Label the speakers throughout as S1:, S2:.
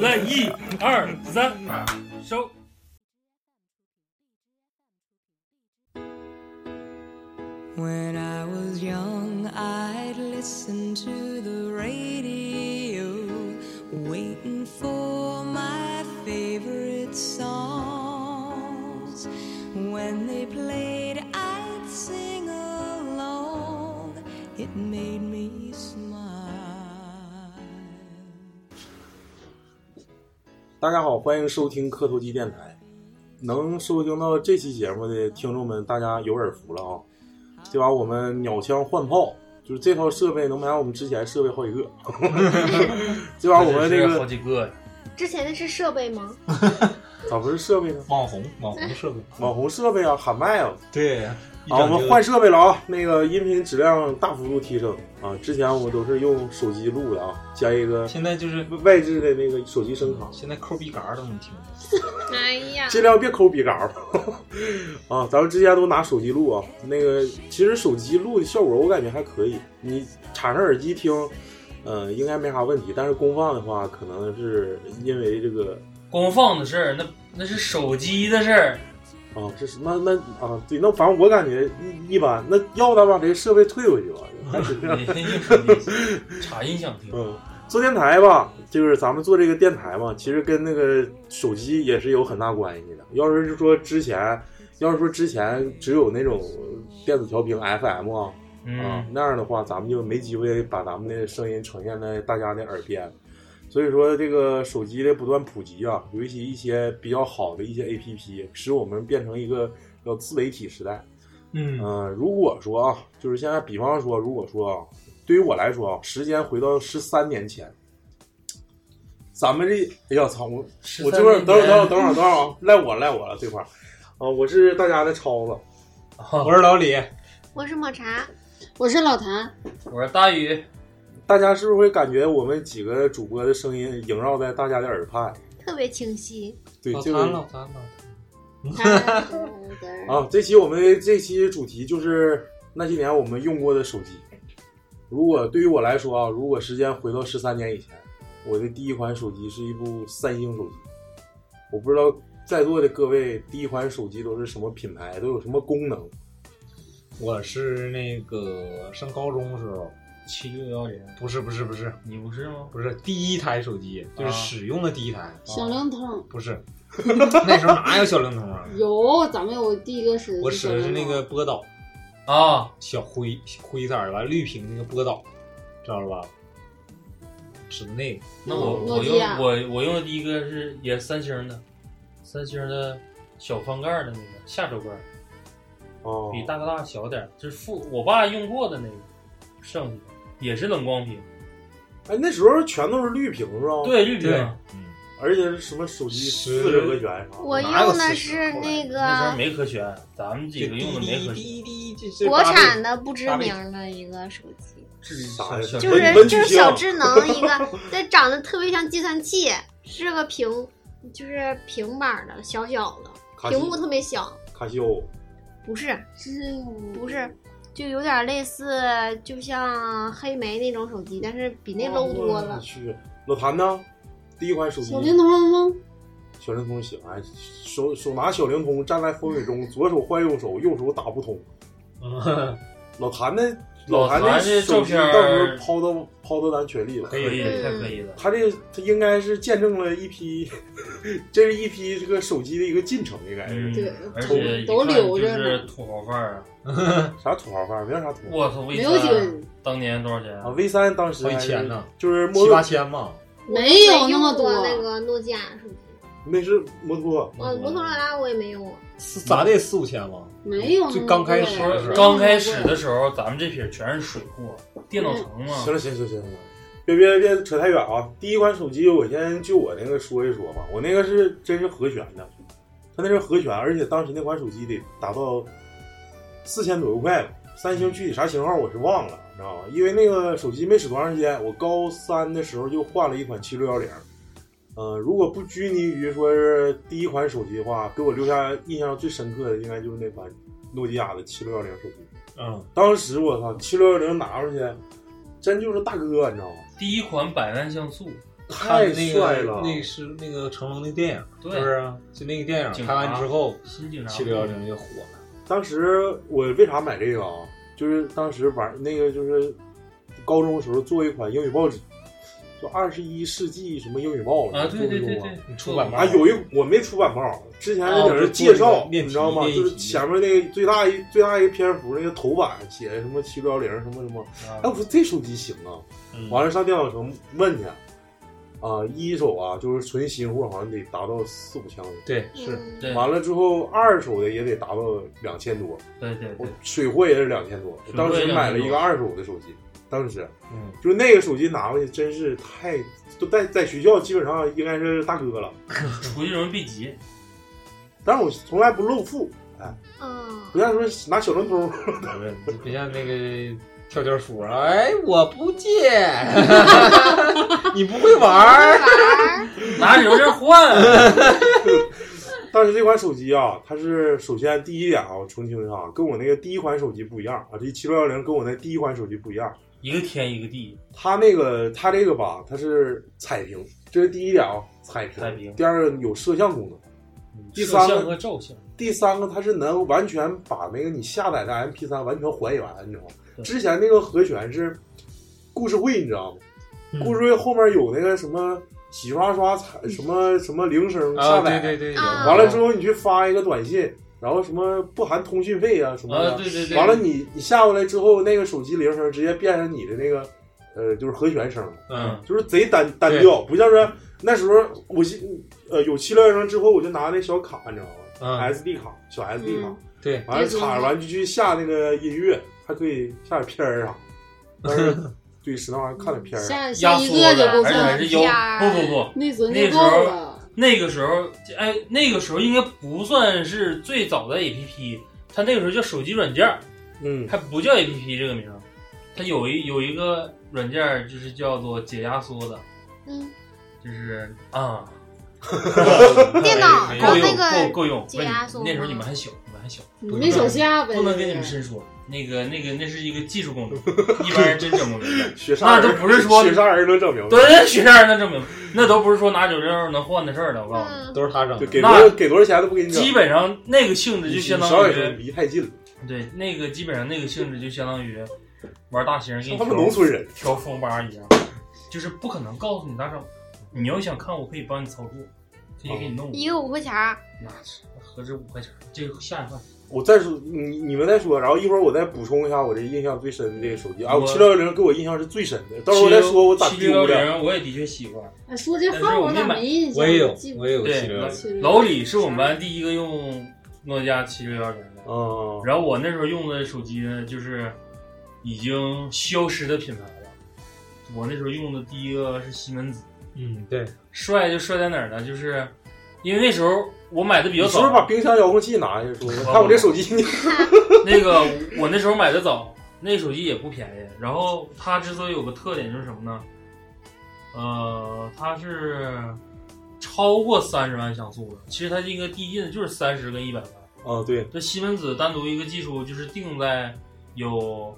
S1: 来一二三，收。
S2: When I was young, I'd listen to the radio, waiting for my favorite songs. When they played, I'd sing along. It made me smile.
S3: 大家好，欢迎收听磕头机电台。能收听到这期节目的听众们，大家有耳福了啊！这把我们鸟枪换炮，就是这套设备能买我们之前设备好几个。 这把我 们这
S1: 好
S3: 个
S1: 几个
S4: 之前的是设备吗？
S3: 咋不是设备呢？
S5: 网红网红设备，
S3: 网红设备啊，喊麦啊！
S5: 对，啊，
S3: 啊，我们换设备了啊！那个音频质量大幅度提升啊！之前我都是用手机录的啊，加一个
S5: 现在就是
S3: 外置的那个手机声卡。
S5: 现在抠鼻嘎都能听，
S4: 哎 呀，
S3: 尽量别抠鼻嘎了 啊！咱们之前都拿手机录啊，那个其实手机录的效果我感觉还可以，你插上耳机听，呃，应该没啥问题。但是公放的话，可能是因为这个
S1: 光放的事儿，那那是手机的事 儿。
S3: 啊，这是那那啊，对，那反正我感觉一一般。那要咱把这个设备退回去吧，还是这样
S1: 你硬说你插音响听，
S3: 嗯，做电台吧，就是咱们做这个电台嘛，其实跟那个手机也是有很大关系的。要是说之前，要是说之前只有那种电子调频 FM 啊，啊
S1: 嗯，
S3: 那样的话，咱们就没机会把咱们的声音呈现在大家的耳边。所以说，这个手机的不断普及啊，尤其一些比较好的一些 APP，使我们变成一个叫自媒体时代。
S5: 嗯，
S3: 嗯，如果说啊，就是现在，比方说，如果说啊，对于我来说啊，时间回到十三年前，咱们这，哎呀操，我我这会儿等会儿等会儿等会儿等会儿啊，赖我赖我了这块儿，啊，我是大家的超子，
S1: 啊
S5: 我是老李，
S4: 我是抹茶，我是老谭，
S1: 我是大宇，
S3: 大家是不是会感觉我们几个主播的声音萦绕在大家的耳畔？
S4: 特别清晰。
S3: 对，
S5: 老
S3: 这
S5: 谭
S3: 个
S5: 老谭老谭，
S6: 嗯
S3: 啊，这期我们这期主题就是那些年我们用过的手机。如果对于我来说啊，如果时间回到十三年以前，我的第一款手机是一部三星手机。我不知道在座的各位第一款手机都是什么品牌，都有什么功能。
S5: 我是那个上高中的时候，
S1: 七六幺零，
S5: 不是不是不是
S1: 你不是吗？
S5: 不是第一台手机，就是
S1: 啊
S5: 使用的第一台，
S6: 小灵通
S5: 不是， 那时候哪有小灵通 啊？
S6: 有，咱们有第一个使
S5: 我使的是那个波导，
S1: 啊，
S5: 小灰灰色儿完绿屏那个波导，知道了吧？使的那个，
S1: 那我
S6: 嗯
S1: 我
S6: 诺
S1: 用
S6: 基亚
S1: 我我用的第一个是也三星的，三星的小翻盖的那个下手盖儿，
S3: 哦，
S1: 比大哥大小点儿，就是父我爸用过的那个，剩下的也是冷光屏，
S3: 哎，那时候全都是绿屏是吧？，
S1: 哦对绿屏
S5: 对
S3: 而且是什么手机
S5: 是
S3: 四十啊和弦啥的。
S4: 我
S5: 哪有
S4: 用的
S5: 四十
S4: 是
S5: 后来
S4: 那
S1: 那时
S6: 啊
S1: 候
S4: 个
S1: 没可选，咱们几个用的没可选。
S5: 滴滴滴，这
S4: 国
S5: 八倍
S4: 产的不知名的一个手机，
S3: 啥呀？
S4: 就
S3: 文
S4: 是
S3: 文具
S4: 就是
S3: 箱
S4: 小智能一 个，但长得特别像计算器，是个平，就是平板儿的小小的，
S3: 卡西
S4: 屏幕特别小，
S3: 卡西欧，
S4: 不是
S6: 是啊
S4: 不是，就有点类似，就像黑莓那种手机，但是比那 low 多
S3: 我
S4: 了。
S3: 去，老谭呢？第一款手机
S6: 小灵通吗？
S3: 小灵通喜欢，手手拿小灵通站在风雨中，左手换右手，右手打不通。
S5: 嗯
S3: 老谭那
S1: 老
S3: 谭
S1: 谭
S3: 那
S1: 这
S3: 手
S1: 照
S3: 机
S1: 片儿
S3: 到时候抛到抛到咱群里了
S1: 可。以，
S4: 嗯
S1: 太可以 了。
S3: 他这个他应该是见证了一批， 这是一批这个手机的一个进程，应该是、
S1: 嗯
S6: 对，
S1: 而且一看
S6: 都留
S1: 就
S6: 着
S1: 是
S6: 呢
S1: 土豪范儿啊！
S3: 啥土豪范儿，没有啥土豪。
S1: 我操，我一
S6: 没有几
S1: 看
S6: 个人，
S1: 当年多少钱
S3: 啊，V 三当时
S5: 好几
S3: 还是
S5: 千呢，
S3: 就是摩
S5: 七
S3: 托
S5: 八，千吧。
S6: 没有那
S4: 用
S6: 么
S4: 过
S6: 多。
S4: 那个诺基亚手机，
S3: 那是摩托。
S4: 我摩托罗拉我也没用过。
S5: 四咋的也四五千吧？
S6: 没有那么多
S5: 就刚开始
S6: 嗯
S1: 刚开始的时候，咱们这撇全是水货，电脑城嘛。
S3: 行了，行行行行，别别别扯太远啊！第一款手机我先就我那个说一说吧，我那个是真是和弦的，它那是和弦，而且当时那款手机得达到四千多块吧。三星具体啥型号我是忘了，你知道吧？因为那个手机没使多长时间，我高三的时候就换了一款七六幺零。呃，如果不拘泥于说是第一款手机的话，给我留下印象最深刻的应该就是那款诺基亚的七六幺零手机。
S1: 嗯，
S3: 当时我操，七六幺零拿出去，真就是大哥，你知道吗？
S1: 第一款百万像素，
S3: 太
S5: 看那
S3: 帅
S5: 个
S3: 了
S5: 那是那个成龙的电影，
S1: 对
S5: 是不是啊？就那个电影
S1: 警
S5: 拍
S1: 察
S5: 完之后，
S1: 新警察
S5: 七六幺零就火了。
S3: 当时我为啥买这个啊？就是当时玩那个，就是高中的时候做一款英语报纸，就二十一世纪什么英语报
S1: 啊，对对对
S3: 做不做
S1: 对
S3: 啊，
S1: 你
S5: 出版吧
S3: 啊，有一我没出版报，之前在这介
S5: 啊我
S3: 绍
S5: 做，那个
S3: 你知道吗？
S5: 练习
S3: 就是前面那个最大一最大一篇幅那个头版写什么七六幺零什么什么，
S1: 啊
S3: 哎，我说这手机行啊！
S5: 嗯
S3: 完了上电脑城问去，啊，一手啊就是纯新货，好像得达到四五千块钱。
S5: 对是
S4: 嗯
S1: 对
S3: 完了之后，二手的也得达到两千多，
S1: 对对
S3: 我
S1: 对，
S3: 水货也是两千多。我
S1: 水货
S3: 当时
S1: 也
S3: 买了一个
S1: 2000
S3: 二手的手机，当时
S5: 嗯
S3: 就那个手机拿回去，真是太都在在学校基本上应该是大哥了。
S1: 出去容易被劫，
S3: 但是我从来不露富，
S4: 嗯
S3: 不像说拿小灵通，
S5: 就不像那个跳跳鼠啊，哎，我不借，你不会玩儿，
S4: 玩儿
S1: 拿着邮件换，啊
S3: 但是这款手机啊，它是首先第一点啊，我澄清一下啊，跟我那个第一款手机不一样啊，这七六幺零跟我那第一款手机不一样。
S1: 一个天一个地，
S3: 它那个它这个吧，它是彩屏，这是第一点啊，彩屏。
S1: 彩屏
S3: 第二个有摄像功能，第
S1: 摄
S3: 三
S1: 像和
S3: 个
S1: 照相，
S3: 第三个它是能完全把那个你下载的 MP 3完全还原，你知道吗？
S1: 对
S3: 之前那个和弦是故事会，你知道吗？
S1: 嗯
S3: 故事会后面有那个什么洗刷刷彩什么什么铃声
S5: 啊，
S3: 下
S5: 对
S3: 载，
S5: 对对，有
S4: 啊
S3: 完了
S1: 嗯
S3: 之后你去发一个短信，然后什么不含通讯费啊什么的，
S1: 啊对对对
S3: 完了你你下过来之后，那个手机铃声直接变成你的那个呃就是和弦声了，
S5: 嗯，
S3: 就是贼单单调，不像说那时候我记呃有七六幺零之后，我就拿那小卡你知道吗、
S5: 嗯
S3: s d 卡小 SD 卡
S4: 嗯，
S5: 对，
S3: 完了插完就去下那个音乐，还可以下点片儿啥，但是对实在玩意儿看点片儿啊，
S6: 下
S1: 压
S6: 下一
S1: 缩
S6: 个就
S1: 的，
S6: 够
S1: 而且还
S6: 呛，
S1: 是腰，不不不，
S6: 内存
S1: 那
S6: 就
S1: 时
S6: 够
S1: 候
S6: 了。
S1: 那个时候，哎，那个时候应该不算是最早的 APP，它那个时候叫手机软件儿，
S3: 嗯
S1: 还不叫 APP 这个名儿。它有一有一个软件儿就是叫做解压缩的，
S4: 嗯，
S1: 就是啊，
S4: 电脑
S1: 哎
S4: 然后那
S1: 够用
S4: 个
S1: 够够用。
S4: 解压缩
S1: 不是你那时候
S4: 吗
S1: 你们还小，你们还小，
S6: 你没手下呗，
S1: 不能跟你们深说。那个那个那是一个技术功 能，一般人真整不明白。
S3: 雪山
S1: 那都不是说
S3: 雪山人能证明，
S1: 对，对雪山那证明，那都不是说拿九零后能换的事儿了。我告诉你，
S4: 嗯
S5: 都是他整
S3: 就
S5: 的，
S3: 给多少给多少钱都不给你整，
S1: 基本上那个性质就相
S3: 少
S1: 当
S3: 也是
S1: 于
S3: 离太近了，
S1: 对那个基本上那个性质就相当于玩大型给你
S3: 他们
S1: 调
S3: 农村人。
S1: 调风八一样，就是不可能告诉你大张，你要想看我可以帮你操作，可以给你弄。
S6: 嗯
S4: 一个五块钱儿，
S1: 那是合着五块钱，这个下一块
S3: 我再说，你你们再说，然后一会儿我再补充一下我这印象最深的这个手机啊，我
S1: 我
S3: 七六幺零给我印象是最深的，到时候我再说我咋
S1: 七
S3: 丢
S1: 六幺
S3: 的。
S1: 零，我也的确喜欢。
S6: 哎说这号我咋没印象？
S5: 我也有
S6: 记，不
S5: 我也有七
S1: 对
S5: 六幺零，，
S1: 老李是我们班第一个用诺基亚七六幺零的，
S3: 嗯，
S1: 然后我那时候用的手机呢，就是已经消失的品牌了。我那时候用的第一个是西门子，
S5: 嗯，对，
S1: 帅就帅在哪儿呢？就是因为那时候我买的比
S3: 你
S1: 较
S3: 是
S1: 早，啊
S3: 不是把冰箱遥控器拿下去说？看我这手机，你
S1: 那个我那时候买的早，那手机也不便宜。然后它之所以有个特点就是什么呢？呃，它是超过三十万像素的。其实它这个递进的就是三十跟一百万。
S3: 啊，对，
S1: 这西门子单独一个技术就是定在有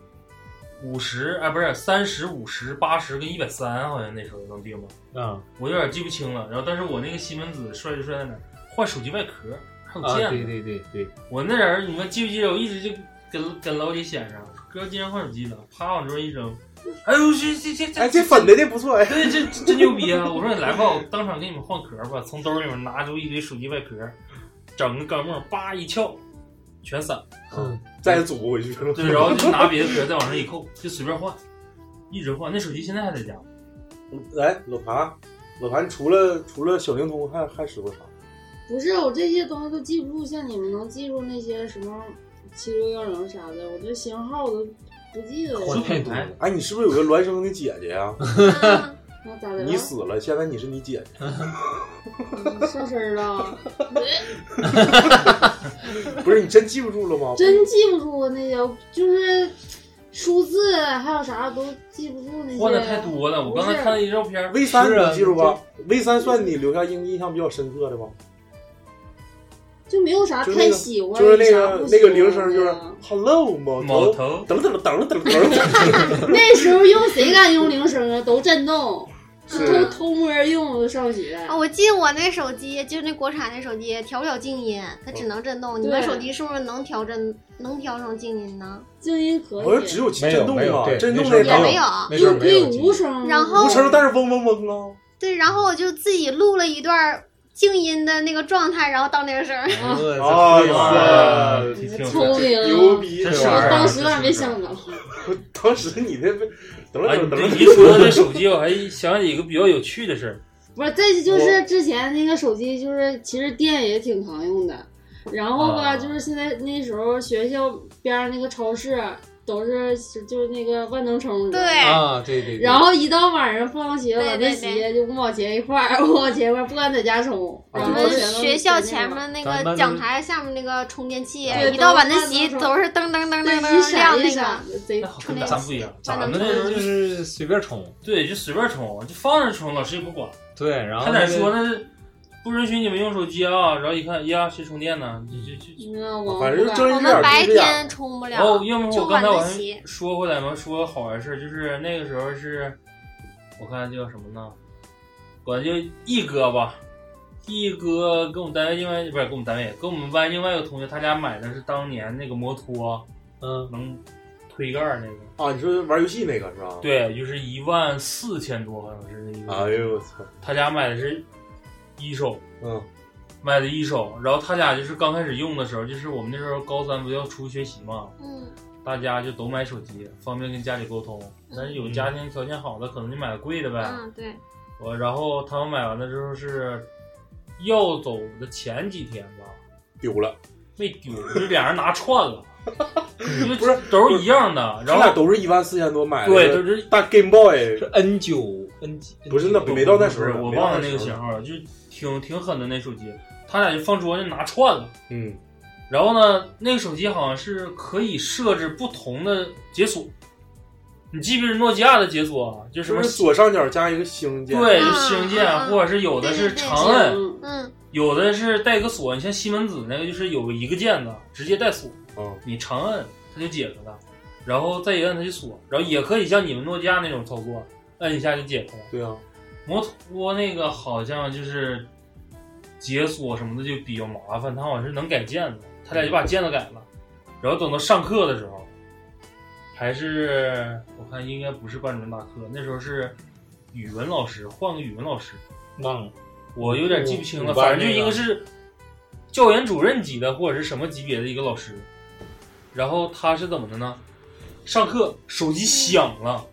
S1: 五十，哎，不是三十五十八十跟一百三，好像那时候能定吧？
S5: 啊
S1: 我有点记不清了。然后，但是我那个西门子帅就帅在哪儿？换手机外壳，还有
S5: 啊，
S1: 键呢。
S5: 对对对对，
S1: 我那人儿，你们记不记得？我一直就跟跟老李显上，哥今天换手机了，啪往桌上一扔，哎呦，这这这这，
S3: 哎，这粉的这不错，哎，
S1: 对，这真牛逼啊！我说你来吧，我当场给你们换壳吧，从兜里面拿出一堆手机外壳，整个钢镚儿叭一撬，全散。
S3: 嗯再也组不回去了。
S1: 对，然后就拿别的壳再往上一扣，就随便换，一直换。那手机现在还在家，
S3: 来，老谭，老谭除了除了小灵通还还使过啥？
S6: 不是我这些东西都记不住，像你们能记住那些什么七六幺零啥的，我这型号我都不记得
S5: 换
S6: 了。
S5: 太多了。
S3: 哎，你是不是有个孪生的姐姐呀、
S4: 啊
S6: 那咋的了？
S3: 你死了，现在你是你姐姐。
S6: 嗯上 身了，
S3: 不是你真记不住了吗？
S6: 真记不住那些，就是数字还有啥都记不住那些。
S1: 换的太多了。我刚才看了一照片
S3: V 三
S5: 是啊
S3: 你记住吧？V 三算你留下印印象比较深刻的吧？
S6: 就没有啥
S3: 就是那
S6: 太
S3: 个，
S6: 喜欢，
S3: 就是那个
S6: 啥不喜欢的啊
S3: 那个铃声就是 Hello
S1: 某
S3: 某头，
S1: 头，
S3: 噔噔噔噔噔噔。
S6: 那时候用谁敢用铃声啊？都震动，
S3: 是
S6: 都偷摸用上学。
S4: 啊我记得我那手机，就是那国产的手机，调不了静音，它只能震动。你们
S6: 对
S4: 手机是不是能调震，能调成静音呢？
S6: 静音可以，
S3: 我说只有
S5: 没
S3: 震
S5: 有
S3: 动
S5: 没有
S3: 啊，
S5: 对
S3: 震动
S5: 那
S3: 那
S5: 时候
S4: 也
S3: 个
S4: 没有。
S5: 那时候没
S6: 对
S5: 有
S6: 无声，
S4: 然后
S3: 无声，但是嗡嗡嗡啊。
S4: 对，然后我就自己录了一段静音的那个状态，然后到那个声儿。
S3: 哎
S5: 哎
S1: 哇
S3: 啊
S1: 塞，
S6: 你
S1: 挺
S6: 个
S1: 挺
S6: 聪明，
S3: 牛！逼！
S1: 这
S3: 这
S1: 是
S3: 玩意儿
S6: 当时咋没想到？
S3: 当时你那噔
S1: 哎，
S3: 噔噔
S1: 你这一
S3: 噔
S1: 说这手机，我还想起一个比较有趣的事儿。
S6: 不是，这就是之前那个手机，就是其实电也挺常用的。然后吧，
S1: 啊
S6: 就是现在那时候学校边儿那个超市都是就是那个万能充，
S4: 对。，
S5: 啊，对对对。
S6: 然后一到晚上放学
S4: 对
S6: 晚
S4: 对
S6: 自习就五毛钱一块儿，五 毛钱一块儿，不敢在家充。
S3: 啊
S6: 然
S4: 我
S6: 后
S4: 们
S6: 全都
S4: 学校
S6: 在那
S4: 前
S6: 块儿
S4: 面那
S5: 咱
S4: 个
S5: 们
S4: 讲台下面那个充电器，
S6: 对
S4: 一到晚
S6: 都
S4: 自
S6: 是
S4: 习
S6: 慢慢充
S4: 都是噔噔噔噔
S6: 对一
S4: 噔亮
S6: 闪一
S4: 那
S6: 闪
S4: 个。
S6: 的，贼
S1: 那好，
S4: 充
S1: 跟
S4: 电
S1: 咱不一样，咱
S4: 万
S1: 们
S4: 能
S1: 那时候
S5: 就
S1: 就是
S5: 是随便充，
S1: 啊对，就随便充，就放那充，老师也不管。
S5: 对，然后
S1: 他在
S5: 那
S1: 说
S5: 个
S1: 那不允许你们用手机啊，然后一看，呀，谁充电呢？这这这。
S6: 嗯啊我
S3: 反正
S6: 不敢
S3: 睁
S4: 我
S3: 一只
S4: 们
S3: 眼
S4: 白
S3: 闭一只眼。
S4: 天充不
S1: 哦
S4: 了，，
S1: 要么
S4: 啊就
S1: 我刚才我
S4: 晚
S1: 还
S4: 自习
S1: 说回来嘛，说好玩事儿，就是那个时候是，我看叫什么呢？管叫一哥吧，一哥跟我们单位另外不是跟我们单位，跟我们班另外一个同学，他俩买的是当年那个摩托，
S5: 嗯，
S1: 能推盖儿那个，
S3: 啊，你说玩游戏那个是吧？。
S1: 对，就是一万四千多，好像是那一个。
S3: 哎呦我操！
S1: 他俩买的是一手，
S3: 嗯
S1: 买的一手，然后他俩就是刚开始用的时候，就是我们那时候高三不要出去学习嘛，
S4: 嗯，
S1: 大家就都买手机，方便跟家里沟通。但是有家庭条件好的，可能就买个贵的呗。
S4: 嗯，对，
S1: 我然后他们买完了之后是要走的前几天吧，
S3: 丢了。
S1: 没丢，就俩人拿串 了，不
S3: 不是
S1: 都是一样的。然
S3: 他俩
S1: 后
S3: 都是一万四千多买的，
S1: 对，就是
S3: 大 Game Boy
S5: 是 N 九 N 几，
S3: 不是那没到那时候
S1: 不是我忘了那个型号了，就挺挺狠的那手机，他俩就放桌上拿串了。
S3: 嗯，
S1: 然后呢，那个手机好像是可以设置不同的解锁，你记不记得诺基亚的解锁啊？就
S3: 就是
S1: 什么
S3: 是左上角加一个星键，
S1: 对，就
S4: 啊
S1: 星键，
S4: 啊
S1: 或者是有的
S4: 对
S1: 是
S4: 对对
S1: 长按，
S6: 嗯
S4: 嗯，
S1: 有的是带个锁。你像西门子那个，就是有一个键子直接带锁，
S3: 嗯，
S1: 你长按它就解开了，然后再一按它就锁，然后也可以像你们诺基亚那种操作，按一下就解开了。
S3: 对啊，
S1: 摩托那个好像就是解锁什么的就比较麻烦，它好像是能改键子，他俩就把键子改了，然后等到上课的时候，还是我看应该不是班主任大课，那时候是语文老师换个语文老师，
S5: 忘了，
S1: 我有点记不清了，
S5: 五班
S1: 反正就
S5: 那
S1: 一
S5: 个
S1: 个是教研主任级的或者是什么级别的一个老师，然后他是怎么的呢？上课手机响了，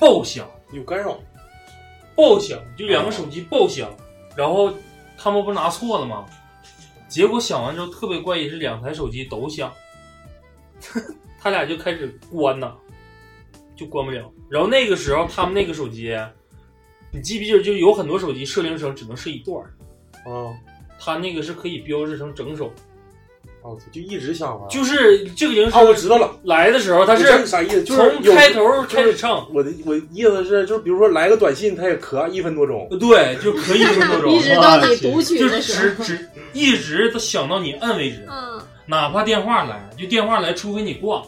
S1: 爆响。
S3: 有干扰，
S1: 爆响，就两个手机爆响，然后他们不是拿错了吗？结果响完之后特别怪异，是两台手机都响， 他俩就开始关呐，就关不了。然后那个时候他们那个手机，你记不记得就有很多手机设铃声只能设一段儿，
S3: 啊
S1: 他那个是可以标志成整首，
S3: 啊，就一直想玩。
S1: 就是这个铃
S3: 啊，我
S1: 声
S3: 知道了，
S1: 来的时候，他
S3: 我知道你
S1: 是
S3: 啥意思？就是
S1: 从
S3: 有
S1: 开头开
S3: 就是
S1: 始唱，
S3: 我的我的意思是，就是比如说来个短信，它也咳一分多钟，
S1: 对，就可以这么啊种
S6: 一，直到你读取
S1: 就
S6: 的
S1: 是
S6: 时
S1: 只
S6: 候，
S1: 只一直都响到你摁为止。
S4: 嗯，
S1: 哪怕电话来，就电话来，除非你挂，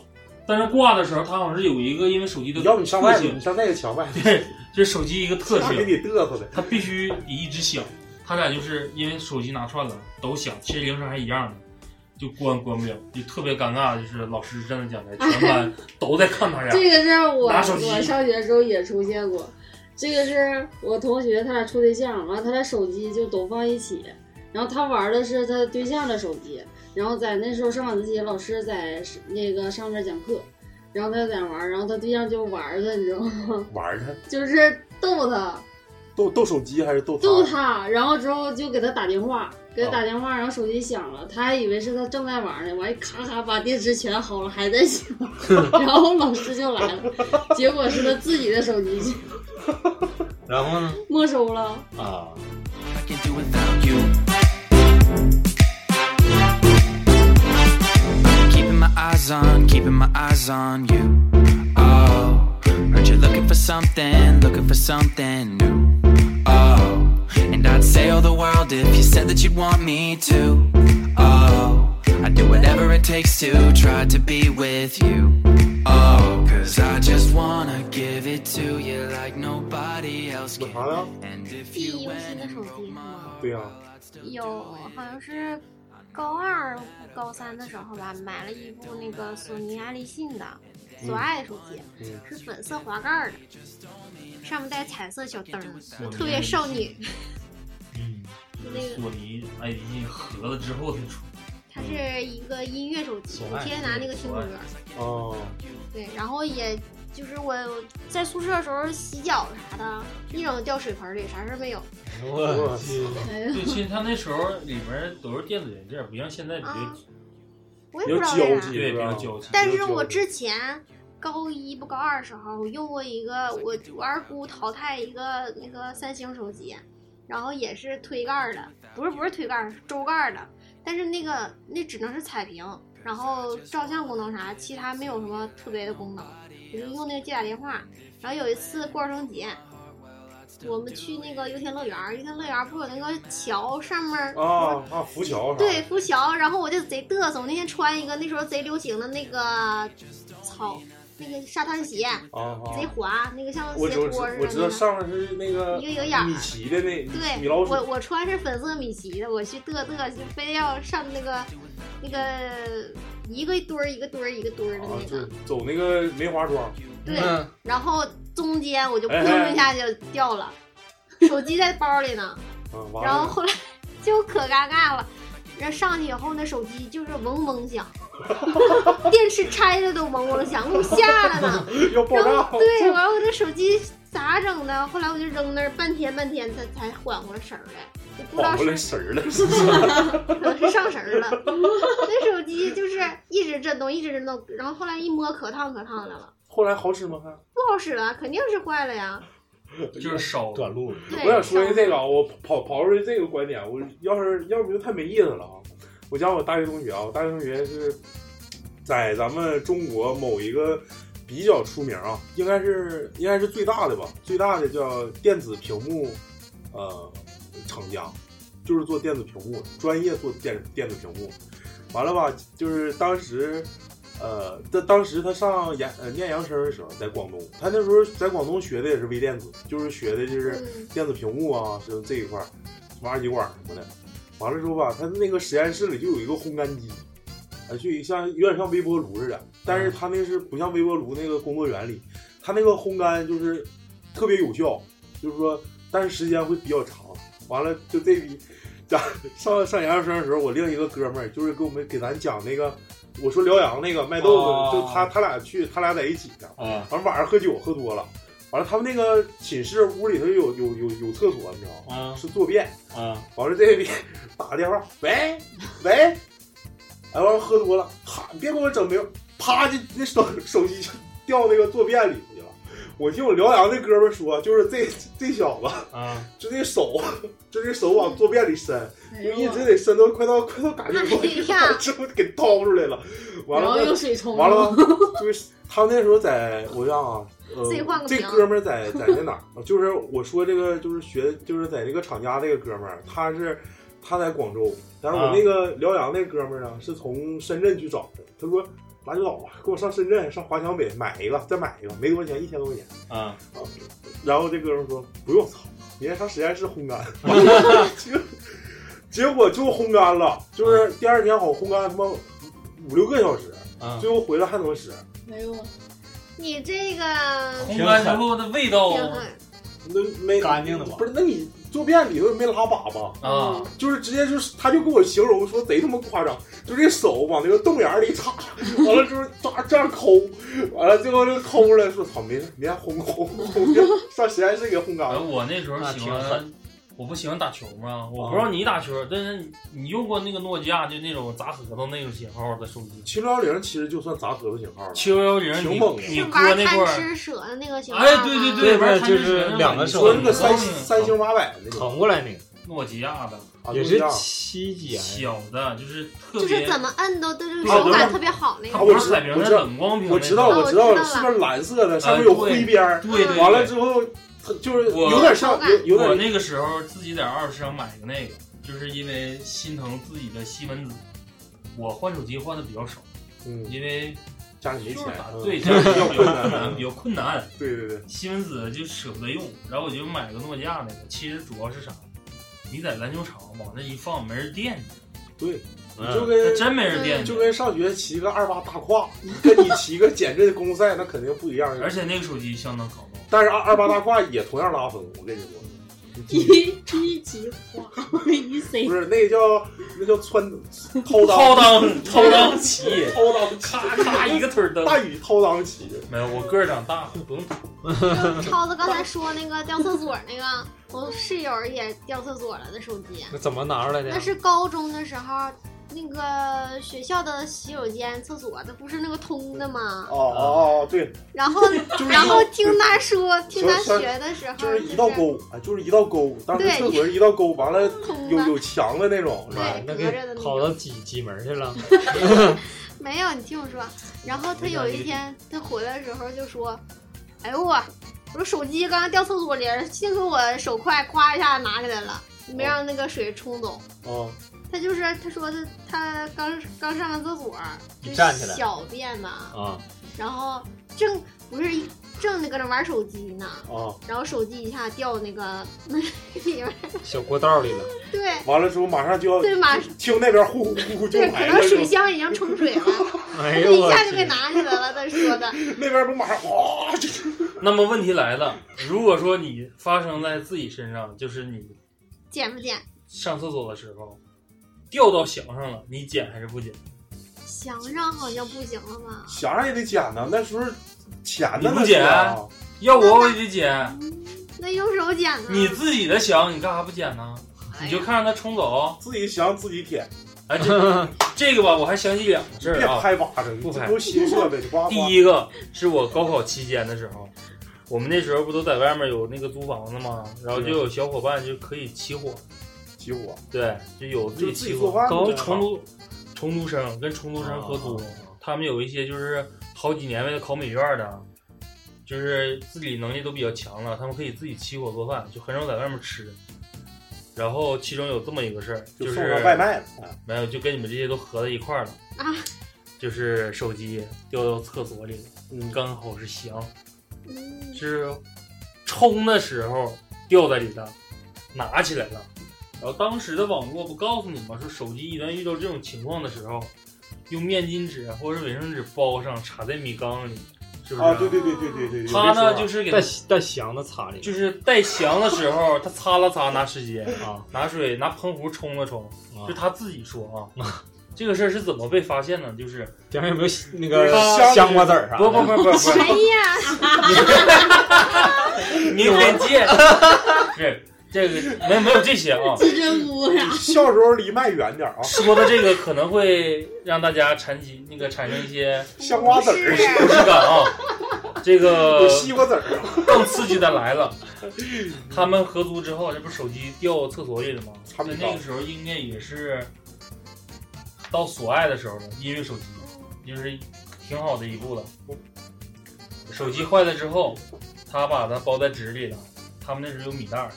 S1: 但是挂的时候，它好像是有一个因为手机的
S3: 你要不你上外
S1: 特
S3: 头，你
S1: 性，
S3: 上那个墙外头，
S1: 就是手机一个特
S3: 那给
S1: 性，
S3: 你嘚瑟的。
S1: 它必须得一直响。他俩就是因为手机拿串了，都响，其实铃声还一样的，就关关不了，就特别尴尬。就是老师站在讲台，全 班都在看他俩。
S6: 这个是我
S1: 拿手机
S6: 我上学的时候也出现过，这个是我同学他俩处对象，完了他俩手机就都放一起，然后他玩的是他对象的手机，然后在那时候上晚自习，老师在那个上面讲课，然后他在那玩，然后他对象就玩他，你知道吗？
S3: 玩它，
S6: 就是逗他，
S3: 斗斗手机还是斗啊
S6: 逗他，然后之后就给他打电话，给他打电话，然后手机响了，他还以为是他正在玩呢，完一咔咔把电池全薅了，还在响， 然后老师就来了，结果是他自己的手机
S5: 然后呢？
S6: 没收了。
S5: 啊，
S7: Keeping my eyes on, keeping my eyes on you. Oh, heard you're looking for something, looking for something new. Oh, and I'd sail the world if you said that you'd want me to. Oh, I'd do whatever it takes to try to be with you. Oh, cause I just wanna give it to you like nobody else can. And if
S4: 记
S7: you
S4: 忆犹新的手机是吗？
S3: 对呀、
S4: 有，好像是高二、高三的时候吧，买了一部那个索尼爱立信的索爱手机，
S3: 嗯
S4: 是粉色滑盖儿的，上面带彩色小灯儿，特别少女。那个
S1: 索尼哎爱立信合了之后才 出，
S4: 它是一个音乐手机，
S1: 索
S4: 我
S1: 爱
S4: 天天拿那个听歌。
S3: 哦，
S4: 对，然后也就是我在宿舍的时候洗脚啥的，一整掉水盆里，啥事儿没有。
S5: 我去，
S6: 哎
S1: 对，
S6: 呀，
S1: 其实它那时候里面都是电子元件，不像现在比较
S4: 啊我也不
S3: 有
S4: 知道
S3: 交
S4: 为
S3: 集
S4: 啥。
S1: 对比较娇气。
S4: 但是我之前高一不高二的时候，我用过一个我我二姑淘汰一个那个三星手机，然后也是推盖儿的，不是不是推盖儿，是周盖儿的，但是那个那只能是彩屏，然后照相功能啥，其他没有什么特别的功能，我就用那个接打电话。然后有一次过儿童节。我们去那个游天乐园儿，游天乐园儿不是有那个桥上面儿
S3: 啊啊，浮桥啥？
S4: 对，，浮桥，然后我就贼嘚瑟。我那天穿一个那时候贼流行的那个草，那个沙滩鞋，
S3: 啊啊
S4: 贼，滑，那个像
S3: 我
S4: 斜
S3: 知我知
S4: 坡似的、那个。
S3: 我知道上面是那个
S4: 一个一
S5: 嗯
S4: 个眼儿
S3: 米奇的那米
S4: 对，
S3: 老鼠，啊
S4: 我我穿是粉色米奇的，我去嘚嘚，就非得要上那个那个一个堆儿一个堆儿一个堆儿的
S3: 啊
S4: 那，
S3: 就
S4: 个。
S3: 走那个梅花桩，啊
S4: 对，
S5: 嗯
S4: 然后中间我就
S3: 哎哎
S4: 砰一下就掉了，手机在包里呢。
S3: 啊，完
S4: 然
S6: 哦
S4: 后
S3: 了，
S4: 后来 就可尴尬了，然后上去以后那手机就是嗡嗡响，电池拆的都嗡嗡响，给我吓的呢。
S3: 要爆
S4: 然
S3: 炸
S4: 后，对，完了我这手机咋整的？后来我就扔那儿半天半天才才缓过来神儿来，我 不知
S3: 缓
S4: 道
S3: 过来
S4: 是
S3: 神儿了，
S4: 可能是上神儿了。 那手机就是一直震动，一直震动，然后后来一摸可烫可烫的了，
S3: 后来好使吗？还
S4: 不好使了，肯定是坏了呀。
S1: 就是烧
S5: 短路了。
S4: 对，
S3: 我想说一
S4: 烧
S3: 下这个啊，我跑跑出去这个观点，啊我要是要不就太没意思了啊。我讲我大学同学啊，我大学同学是在咱们中国某一个比较出名啊，应该是应该是最大的吧，最大的叫电子屏幕呃厂家，就是做电子屏幕，专业做电电子屏幕。完了吧，就是当时呃，在当时他上研呃念研生的时候，在广东，他那时候在广东学的也是微电子，就是学的就是
S4: 嗯
S3: 电子屏幕啊，是这一块儿，什么二极管什么的。完了之后吧，他那个实验室里就有一个烘干机，啊，就像有点像微波炉似的，但是他那是不像微波炉那个工作原理，他那个烘干就是特别有效，就是说，但是时间会比较长。完了，就这笔，咱 上上研究生的时候，我另一个哥们儿就是给我们给咱讲那个，我说辽阳那个卖豆腐，
S5: 哦
S3: 就他他俩去，他俩在一起的。
S5: 啊
S3: 完了晚上喝酒喝多了，完了他们那个寝室屋里头有有有有厕所，你知道吗？
S5: 啊
S3: 是坐便。
S5: 啊！
S3: 完了这边打电话，喂喂，哎，完了喝多了，哈，你别给我整没有，啪就那手手机就掉那个坐便里去了。我听我辽阳那哥们儿说，就是这这小子，
S5: 啊，
S3: 就这手，
S4: 哎
S3: 就这手往坐便里伸，
S6: 哎
S3: 就
S6: 呦
S3: 一直得伸到快到快到嘎膈
S4: 哎呀
S3: 窝，之后给掏出来了。完
S6: 然后
S3: 了
S6: 用，水冲，
S3: 完了，就是他那时候在，我想啊，呃
S4: 自己换，个
S3: 这
S4: 名
S3: 哥们儿在在那哪儿？ 就是我说这个，就是学，就是在这个厂家这个哥们儿，他是他在广州，但是我
S5: 啊
S3: 那个辽阳那哥们儿呢，是从深圳去找的。他说拉就老吧，给我上深圳，上华强北买一个，再买一个，没多少钱，一千多块钱。
S5: 啊，
S3: 然后这哥们说不用，操，明天上实验室烘干。 结结果就烘干了，就是第二天好烘干他妈五六个小时，
S5: 啊
S3: 最后回来还能使。
S6: 哎呦，
S4: 你这个
S1: 烘干之后的味道
S4: 挺狠，
S3: 那没
S5: 干净的吧
S3: 不是，那你坐便里头没拉粑粑，
S1: 啊，
S4: 嗯
S3: 就是直接就是，他就给我形容说贼他妈夸张，就这手往那个洞眼儿里插，完了之后抓这样抠，完了最后就抠出来说操，没事，明天烘烘烘，上实验室给烘干
S1: 哎，
S3: 了。
S1: 我那时候喜
S5: 那挺
S1: 欢
S5: 狠
S1: 我不喜欢打球吗？我
S3: 啊
S1: 不知道你打球，但是你用过那个诺基亚就那种砸核桃那种型号的手机？
S3: 七六幺零其实就算砸核桃型号了，
S1: 七六幺零
S3: 挺
S1: 你
S3: 猛的，
S1: 你
S4: 是
S1: 哥
S4: 玩
S1: 那会
S4: 贪
S1: 儿
S4: 吃蛇的那个啊型号
S1: 哎对对对玩贪吃蛇那
S3: 你说那个三星三星八百那啊个
S5: 扛过来那个
S1: 诺基亚的，
S5: 也是七几啊
S1: 小的，就是特
S4: 就
S1: 别
S4: 是怎么摁都都是
S1: 啊
S4: 手感
S1: 对
S4: 特别好那
S1: 它
S4: 个。
S1: 不是彩屏，它是冷光屏那种。
S3: 我知道，我知道，是不是蓝色的？上面有灰边
S1: 啊
S3: 儿。
S1: 对对对对
S4: 哦
S3: 完了之后，它就是
S1: 我
S3: 有点像，有有
S1: 我
S3: 点
S1: 那个时候自己在二手市场买个那个，就是因为心疼自己的细分子。我换手机换的比较少，
S3: 嗯，
S1: 因为
S3: 家里没
S1: 就是
S3: 钱
S1: 打
S3: 嗯
S1: 对家里比较
S3: 比较困
S1: 难，
S3: 难
S1: 比较困难。
S3: 对对对，
S1: 西门子就舍不得用，然后我就买个诺基亚那个。其实主要是啥？你在篮球场往那一放，没人惦记。
S3: 对，
S1: 嗯
S3: 就跟
S1: 它真没人惦记。
S3: 就跟上学骑个二八大胯，跟你骑个减震公赛那肯定不一样。
S1: 而且那个手机相当抗造，
S3: 但是二二八大胯也同样拉风，我跟你说，
S6: 一一级花一塞
S3: 不，是那个叫那叫穿掏
S1: 掏
S3: 裆
S1: 裆掏 裆骑
S3: 掏裆骑
S1: 咔咔一个腿儿蹬
S3: 大雨掏裆骑。
S1: 没有，我个儿长大，不用打。
S4: 超子刚才说那个掉厕所那个，我室友也掉厕所了的手机，
S5: 那怎么拿出来的
S3: 啊
S5: 呀？
S4: 那是高中的时候，那个学校的洗手间、厕所，它不是那个通的吗？
S3: 哦哦哦，对，
S4: 然后
S3: 就是，
S4: 然后听他说，听他
S3: 小小
S4: 学的时候，
S3: 就是一道沟啊，就是一道沟，当时
S4: 对
S3: 厕所是一道沟，完了
S4: 通
S3: 有
S4: 的
S3: 有墙的那种，是吧
S5: 妈呀那
S4: 隔着的
S5: 给
S4: 那
S5: 跑到几几门去 了？
S4: 没有，你听我说。然后他有一天他回来的时候就说：“哎呦我，我手机刚才掉厕所里了，幸亏我手快，咵一下拿起来了，
S3: 哦
S4: 没让那个水冲走。
S3: 啊，
S4: 他就是他说他他刚刚上完厕所，就
S5: 一站起来
S4: 小便嘛，
S5: 啊
S4: 然后正不是一正那搁那玩手机呢，
S3: 啊，
S4: 然后手机一下掉那个 那里面，
S5: 小过道里 了。
S4: 对
S3: 完了之后马上就要
S4: 对马上
S3: 听那边呼呼呼呼就
S4: 对，可
S3: 来
S4: 能
S3: 了，是
S4: 水
S3: 吧
S4: 箱已经冲水了，
S5: 哎
S4: 他
S5: 呦
S4: 一
S5: 我
S4: 下就
S5: 去
S4: 给拿起来了。他说的，
S3: 那边不马上哗就
S1: 那么问题来了，如果说你发生在自己身上，就是你
S4: 捡不捡？
S1: 上厕所的时候掉到墙上了，你捡还是不捡？
S4: 墙上好像不行了吧？
S3: 想让也得捡呢，那时候钱呢，
S1: 你不
S3: 那
S1: 捡
S3: 时候啊
S1: 要我我也得捡。
S4: 那用手捡呢？哎
S1: 你自己的墙你干啥不捡呢？
S6: 哎
S1: 你就看着它冲走。
S3: 自己想自己舔，
S1: 哎，这这个吧，我还想起两个事
S3: 别
S1: 儿啊。
S3: 拍巴掌，
S1: 不拍
S3: 这都新设备，呱呱
S1: 第一个是我高考期间的时候，我们那时候不都在外面有那个租房子吗？然后就有小伙伴就可以起火，
S3: 起火，
S1: 对，就有
S3: 就自
S1: 起
S3: 己
S1: 火
S3: 做。饭
S1: 高
S3: 呗
S1: 重读重读生跟重读生合租，他们有一些就是好几年为了考美院的，就是自理能力都比较强了，他们可以自己起火做饭，就很少在外面吃。然后其中有这么一个事儿，
S3: 就是送上外卖了，啊
S1: 没有，就跟你们这些都合到一块儿了。
S4: 啊，
S1: 就是手机掉到厕所里了，
S3: 嗯
S1: 刚好是翔，
S4: 嗯
S1: 是冲的时候掉在里头，拿起来了。然后当时的网络不告诉你吗？说手机一旦遇到这种情况的时候，用面巾纸或者是卫生纸包上，插在米缸里，是不是？
S3: 啊，对对对对对啊对，
S1: 他呢就是是给
S5: 带
S1: 它
S5: 带翔的擦里，
S1: 就是带翔的时候，他擦了擦，拿湿巾
S5: 啊，
S1: 拿水，拿喷壶冲了冲，
S5: 啊
S1: 就他自己说啊。这个事儿是怎么被发现呢？就是
S5: 前面有没有那个
S3: 香
S5: 香瓜子儿啥的？
S1: 不不不不不，
S4: 哎呀，
S1: 你得借，是 这个没没有这些啊。
S6: 这真污染。
S3: 小时候离麦远 点啊，
S1: 说的这个可能会让大家产起那个产生一些
S3: 香瓜子
S4: 不
S3: 儿，
S1: 不
S4: 是
S1: 适感啊。这个
S3: 有西瓜籽儿，啊
S1: 更刺激的来了，他们合租之后，这不是手机掉厕所里了吗？
S3: 他
S1: 在
S3: 们
S1: 那个时候应该也是到所爱的时候了，音乐手机就是挺好的一步了。手机坏了之后，他把它包在纸里了。他们那时候有米袋儿，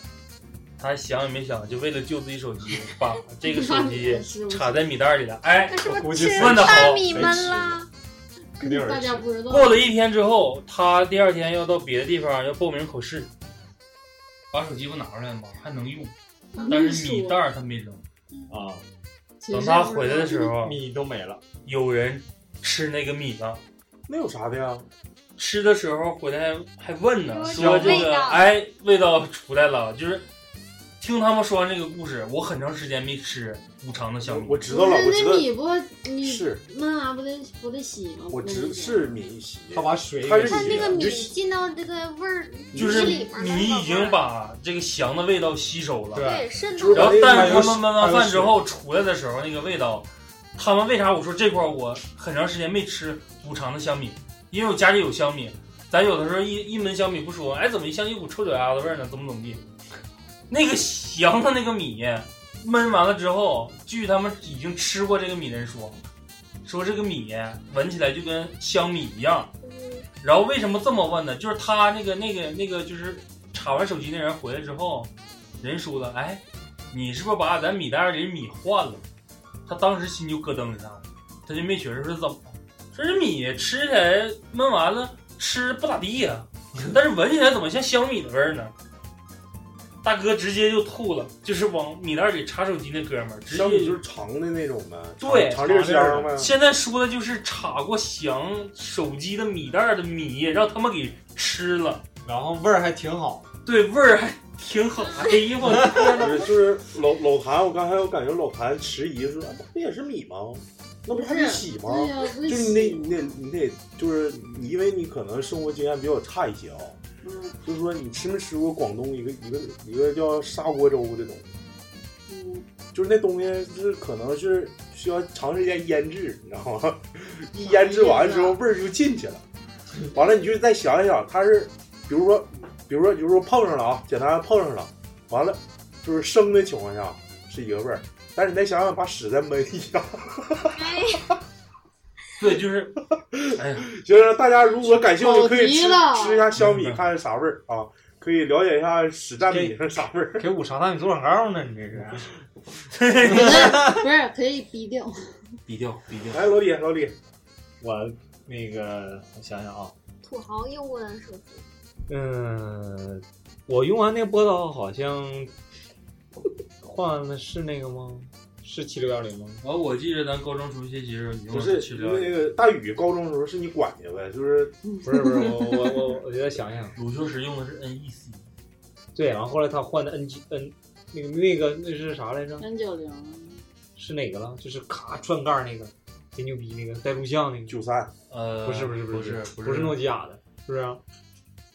S1: 他想也没想，就为了救自己手机，把这个手 机插在米袋儿里了。哎
S4: 那，是
S5: 我
S4: 不
S5: 估
S4: 是
S5: 计
S4: 吃
S1: 问得好
S4: 大米们了？
S5: 肯定有
S6: 大
S5: 人
S6: 家
S5: 吃。
S6: 不知道，
S1: 过了一天之后，他第二天要到别的地方要报名考试，把手机不拿出来吗？还能用，但是米袋儿他没扔。
S5: 啊，
S1: 等他回来的时候，
S5: 米都没了，
S1: 有人吃那个米了。
S3: 那有啥的呀？
S1: 吃的时候回来还问呢，
S4: 说
S1: 说这
S4: 有味
S1: 个
S4: 道
S1: 哎味道出来了，就是听他们说完这个故事，我很长时间没吃五常的小米。
S3: 我知道了，我
S6: 不
S3: 知
S6: 是
S3: 道
S6: 那米不你
S3: 是
S6: 焖完不得不得洗吗？不
S3: 我
S6: 得
S3: 知
S6: 洗
S3: 是米稀，
S5: 他把水
S3: 它
S5: 给
S3: 是
S4: 它那
S3: 米
S4: 个
S3: 的，你
S4: 米
S3: 就洗
S4: 进到这个味儿
S1: 啊就是
S4: 里面了，
S1: 米已经把这个翔的味道吸收了，
S4: 对渗
S3: 就
S4: 透
S3: 是
S1: 然
S3: 把
S1: 后但
S3: 那个
S1: 是
S3: 奶
S1: 他
S3: 油
S1: 们焖完
S3: 还有
S1: 饭之
S3: 水
S1: 后出来的时候那个味道，他们为啥我说这块儿我很长时间没吃五常的香米，因为我家里有香米，咱有的时候一一焖香米不说，哎怎么像一股臭脚丫子味儿呢？怎么怎么地？那个翔的那个米焖完了之后，据他们已经吃过这个米的人说，说这个米闻起来就跟香米一样。然后为什么这么问呢？就是他那个那个那个就是插完手机那人回来之后，人说了，哎，你是不是把咱米袋里米换了？他当时心就咯噔一下，他就没寻思是怎么了，说这米吃起来焖完了吃不咋地呀、 但是闻起来怎么像香米的味儿呢？大哥直接就吐了，就是往米袋里插手机那哥们儿，直
S3: 小
S1: 接
S3: 米就是长的那种呗，
S1: 对
S3: 长长粒儿香呗。
S1: 现在说的就是插过翔手机的米袋的米，让他们给吃了，
S5: 然后味儿还挺好。
S1: 对味儿还挺好。哎呦我的天
S3: 不
S1: 哪！
S3: 是，就是老老谭，我刚才我感觉老谭迟疑说，哎不也是米吗？那不还得洗
S4: 哎
S3: 吗？
S6: 对呀、不
S3: 就是是
S6: 洗
S3: 你得你得你得就是你，因为你可能生活经验比较差一些啊、
S6: 嗯
S3: 就是说你吃没吃过广东一个一个一个叫砂锅粥的东西，
S6: 嗯，
S3: 就是那东西是可能是需要长时间腌制，你知道吗？ 一腌制啊完之后味儿就进去了，完了你就再想一想，它是比如说比如说比如说碰上了啊，简单碰上了，完了就是生的情况下是一个味儿，但是你再想想把屎再焖一下。
S4: 哎，
S1: 对，就是，哎呀，
S3: 行了，大家如果感兴趣，可以
S6: 跑题
S3: 吃
S6: 了
S3: 吃一下香米，看啥味儿啊，可以了解一下史占米是啥味儿。
S5: 给五常大米做广告呢，你这是？
S6: 不是可以逼掉。
S1: 低调低调。
S3: 来，老李，老李，
S5: 我那个我想想啊，
S4: 土豪用过的手机，
S5: 嗯，我用完那个波导好像换的是那个吗？是七六幺零
S4: 嗯
S5: 吗？
S1: 完，我记着咱高中出去学习的时候，你用
S3: 不
S1: 的
S3: 是
S1: 去
S3: 因
S1: 聊
S3: 为那个大宇高中的时候是你管的呗，就是
S5: 不是不是，我我我我觉得想想，
S1: 鲁秋实用的是 E NEC，
S5: 对，然后后来他换的 N G N 那个那个那是啥来着？
S6: 三九零，
S5: 是哪个了？就是咔转盖儿那个，贼牛逼那个带录像那个。
S3: 九三，
S1: 呃，
S5: 不是不是
S1: 不
S5: 是
S1: 不
S5: 不
S1: 是
S5: 诺基亚的，是不是、啊？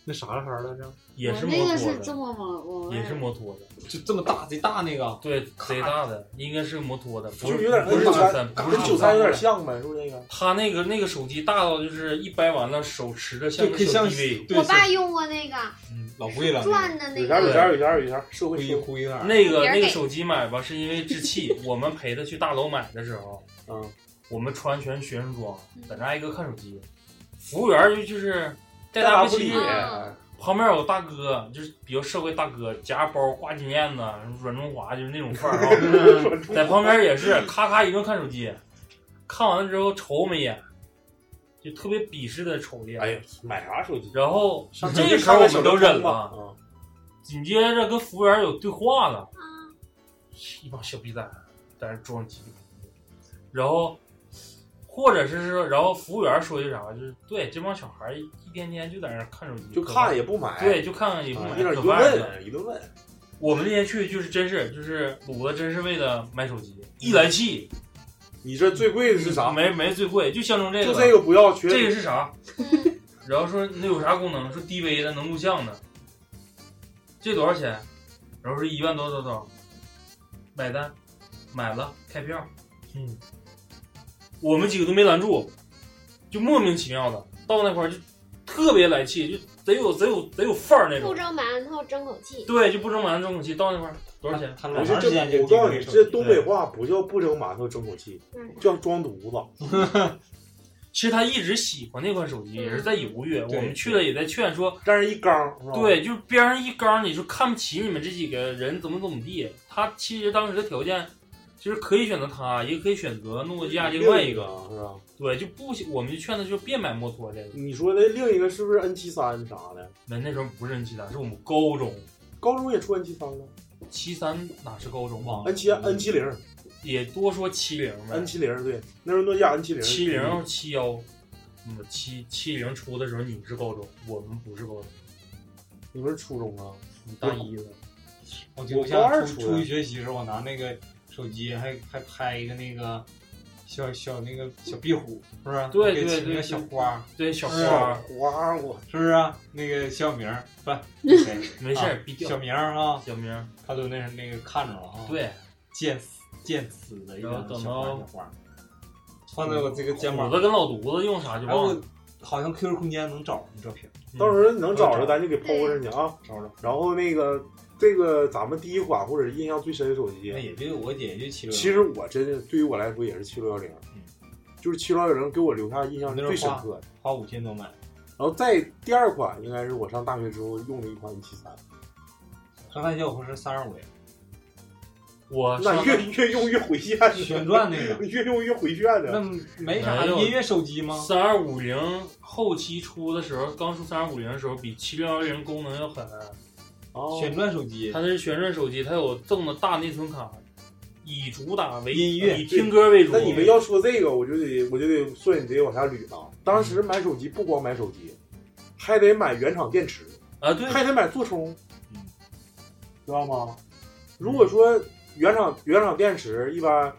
S5: 那啥牌儿来着？
S1: 也是
S6: 我那
S1: 摩
S6: 个是这
S1: 托
S6: 么往往
S1: 的，
S6: 外
S1: 也是摩托的，
S5: 就这么大贼大那个，啊
S1: 对，贼大的，应该是摩托的，不
S3: 就是是有点
S1: 不
S3: 跟
S1: 是
S3: 九
S1: 九
S3: 三
S1: 三，不是
S3: 跟九
S1: 93
S3: 三有点像呗，是不是那个？
S1: 他那个那个手机大到就是一掰完了，手持着像
S5: 对，
S1: 个
S5: 可以像
S1: 手机
S5: 对
S4: 我爸用过那个
S5: 嗯老贵了，
S4: 转的那
S3: 有啥有
S4: 个，
S3: 啥有啥有啥，社会
S5: 灰
S3: 社会。
S5: 灰有点儿。
S1: 那个
S4: 别人
S1: 那
S4: 给
S1: 个手机买吧，是因为置 气，我们陪他去大楼买的时候，
S3: 嗯，
S1: 我们穿全学生装，
S5: 嗯
S1: 在那挨个看手机，服务员就就是带大
S3: 大
S1: 不
S3: 不
S1: 理
S3: 理，
S5: 啊
S4: 嗯
S1: 旁边有大哥，就是比较社会大哥，夹包挂金链子，什么软中华就是那种范儿 啊，
S3: 嗯
S1: 在旁边也是咔咔一顿看手机，看完了之后瞅我们一眼，就特别鄙视的瞅了一眼，
S3: 哎呀，买啥手机？
S1: 然后
S3: 啊上
S1: 这个时候我们都忍了。紧接着跟服务员有对话了，一帮小逼崽儿在那装鸡，然后或者是说，然后服务员说句啥，就是对这帮小孩儿一天天就在那看手机，
S3: 就看也不买，
S1: 对，就看看也不
S3: 啊
S1: 买，
S3: 一点一
S1: 可
S3: 顿
S1: 怕了
S3: 问，一顿问，
S1: 我们那天去就是真是就是卤子，真是为了买手机，一来气
S3: 你这最贵的是啥？
S1: 没没最贵，就相中这
S3: 就
S1: 个，
S3: 这个不要，缺
S1: 这个是啥？然后说那有啥功能？说低微的能录像的，这多少钱？然后说一万多多多，买单，买了，开票。
S5: 嗯，
S1: 我们几个都没拦住，就莫名其妙的到那块儿就特别来气，就得有得有得有范儿那
S4: 不
S1: 种。
S4: 蒸馒头争口气，
S1: 对，就不争完争口气，到那块儿多少钱？
S5: 他
S3: 不
S5: 老
S3: 是
S5: 长时间
S3: 这，
S5: 就
S3: 我告诉你，这东北话
S5: 话
S3: 不叫不蒸馒头争口气
S4: 嗯，
S3: 叫装犊子。
S1: 其实他一直喜欢那款手机，也是在犹豫。
S5: 对
S1: 我们去了也在劝说，
S3: 但是一缸，是吧，
S1: 对，就是边上一缸，你说看不起你们这几个人怎么怎么地。他其实当时的条件就是可以选择他，也可以选择诺基亚另外一个。
S3: 啊是吧？
S1: 对，就不，我们就劝他就别买摩托这个。
S3: 你说的另一个是不是 N 七三啥的？
S1: 那那时候不是 N 七三，是我们高中
S3: 高中也出 N 七三了
S1: 七三哪是高中啊？
S5: 哦
S3: ，N 七
S5: 嗯
S3: N 七零
S1: 也多说七零呗
S3: ，N 七零对，那时候诺基亚 N 七零，
S1: 七零七幺，嗯，七七零出的时候你是高中，我们不是高中，
S3: 你们是初中啊？
S1: 你大一了。
S5: 我
S3: 我
S5: 我
S3: 高二
S5: 像出
S3: 出
S5: 出
S3: 的
S5: 去学习的时候，我拿那个手机还还拍一个那个小小那个小壁虎，是不是？
S1: 对
S5: 给
S1: 对对
S5: 起了个
S1: 对
S5: 小花，
S1: 对小
S3: 嗯
S5: 是
S1: 花
S3: 花我
S5: 是不是啊？那个小明儿不是谁
S1: 没事
S5: 啊
S1: 儿毙掉
S5: 小明儿啊，
S1: 小明儿，
S5: 他都那是那个看着了啊，
S1: 对，
S5: 见死见死的一
S1: 然后
S5: 种
S1: 等
S5: 小花
S1: 到
S5: 小花，放在我这个肩膀
S1: 虎子跟老犊子用啥就
S5: 哎
S1: 忘
S5: 我
S1: 了。
S5: 好像 QQ 空间能找着照片，
S3: 到时候能找着咱就给抛上去啊。
S5: 找着。
S3: 然后那个这个咱们第一款或者印象最深的手机
S5: 那，也就我也就七六。
S3: 其实我真的对于我来说也是七六幺零，就是七六幺零给我留下印象
S5: 嗯那
S3: 最
S5: 时
S3: 深
S5: 候
S3: 刻
S5: 花
S3: 的。
S5: 花五千多买，
S3: 然后再第二款应该是我上大学之后用的一款一七三，
S5: 上大学我是三十五，啊
S1: 我
S3: 那越越用越回旋，
S5: 旋转那 个
S3: 越用越回旋
S5: 那
S3: 的。
S5: 没啥音乐手机吗？
S1: 三二五零后期出的时候，刚出三二五零的时候，比七六幺零功能要狠。啊
S3: 哦
S5: 旋转手机
S1: 它那是旋转手机，它有赠的大内存卡，以主打为
S5: 音乐
S1: 以听歌为主。
S3: 那你们要说这个，我就得我就得顺你这个往下捋了。当时买手机不光买手机，还得买原厂电池，
S1: 啊，对，
S3: 还得买座充，知道吗？如
S1: 嗯
S3: 果说原厂原厂电池一般，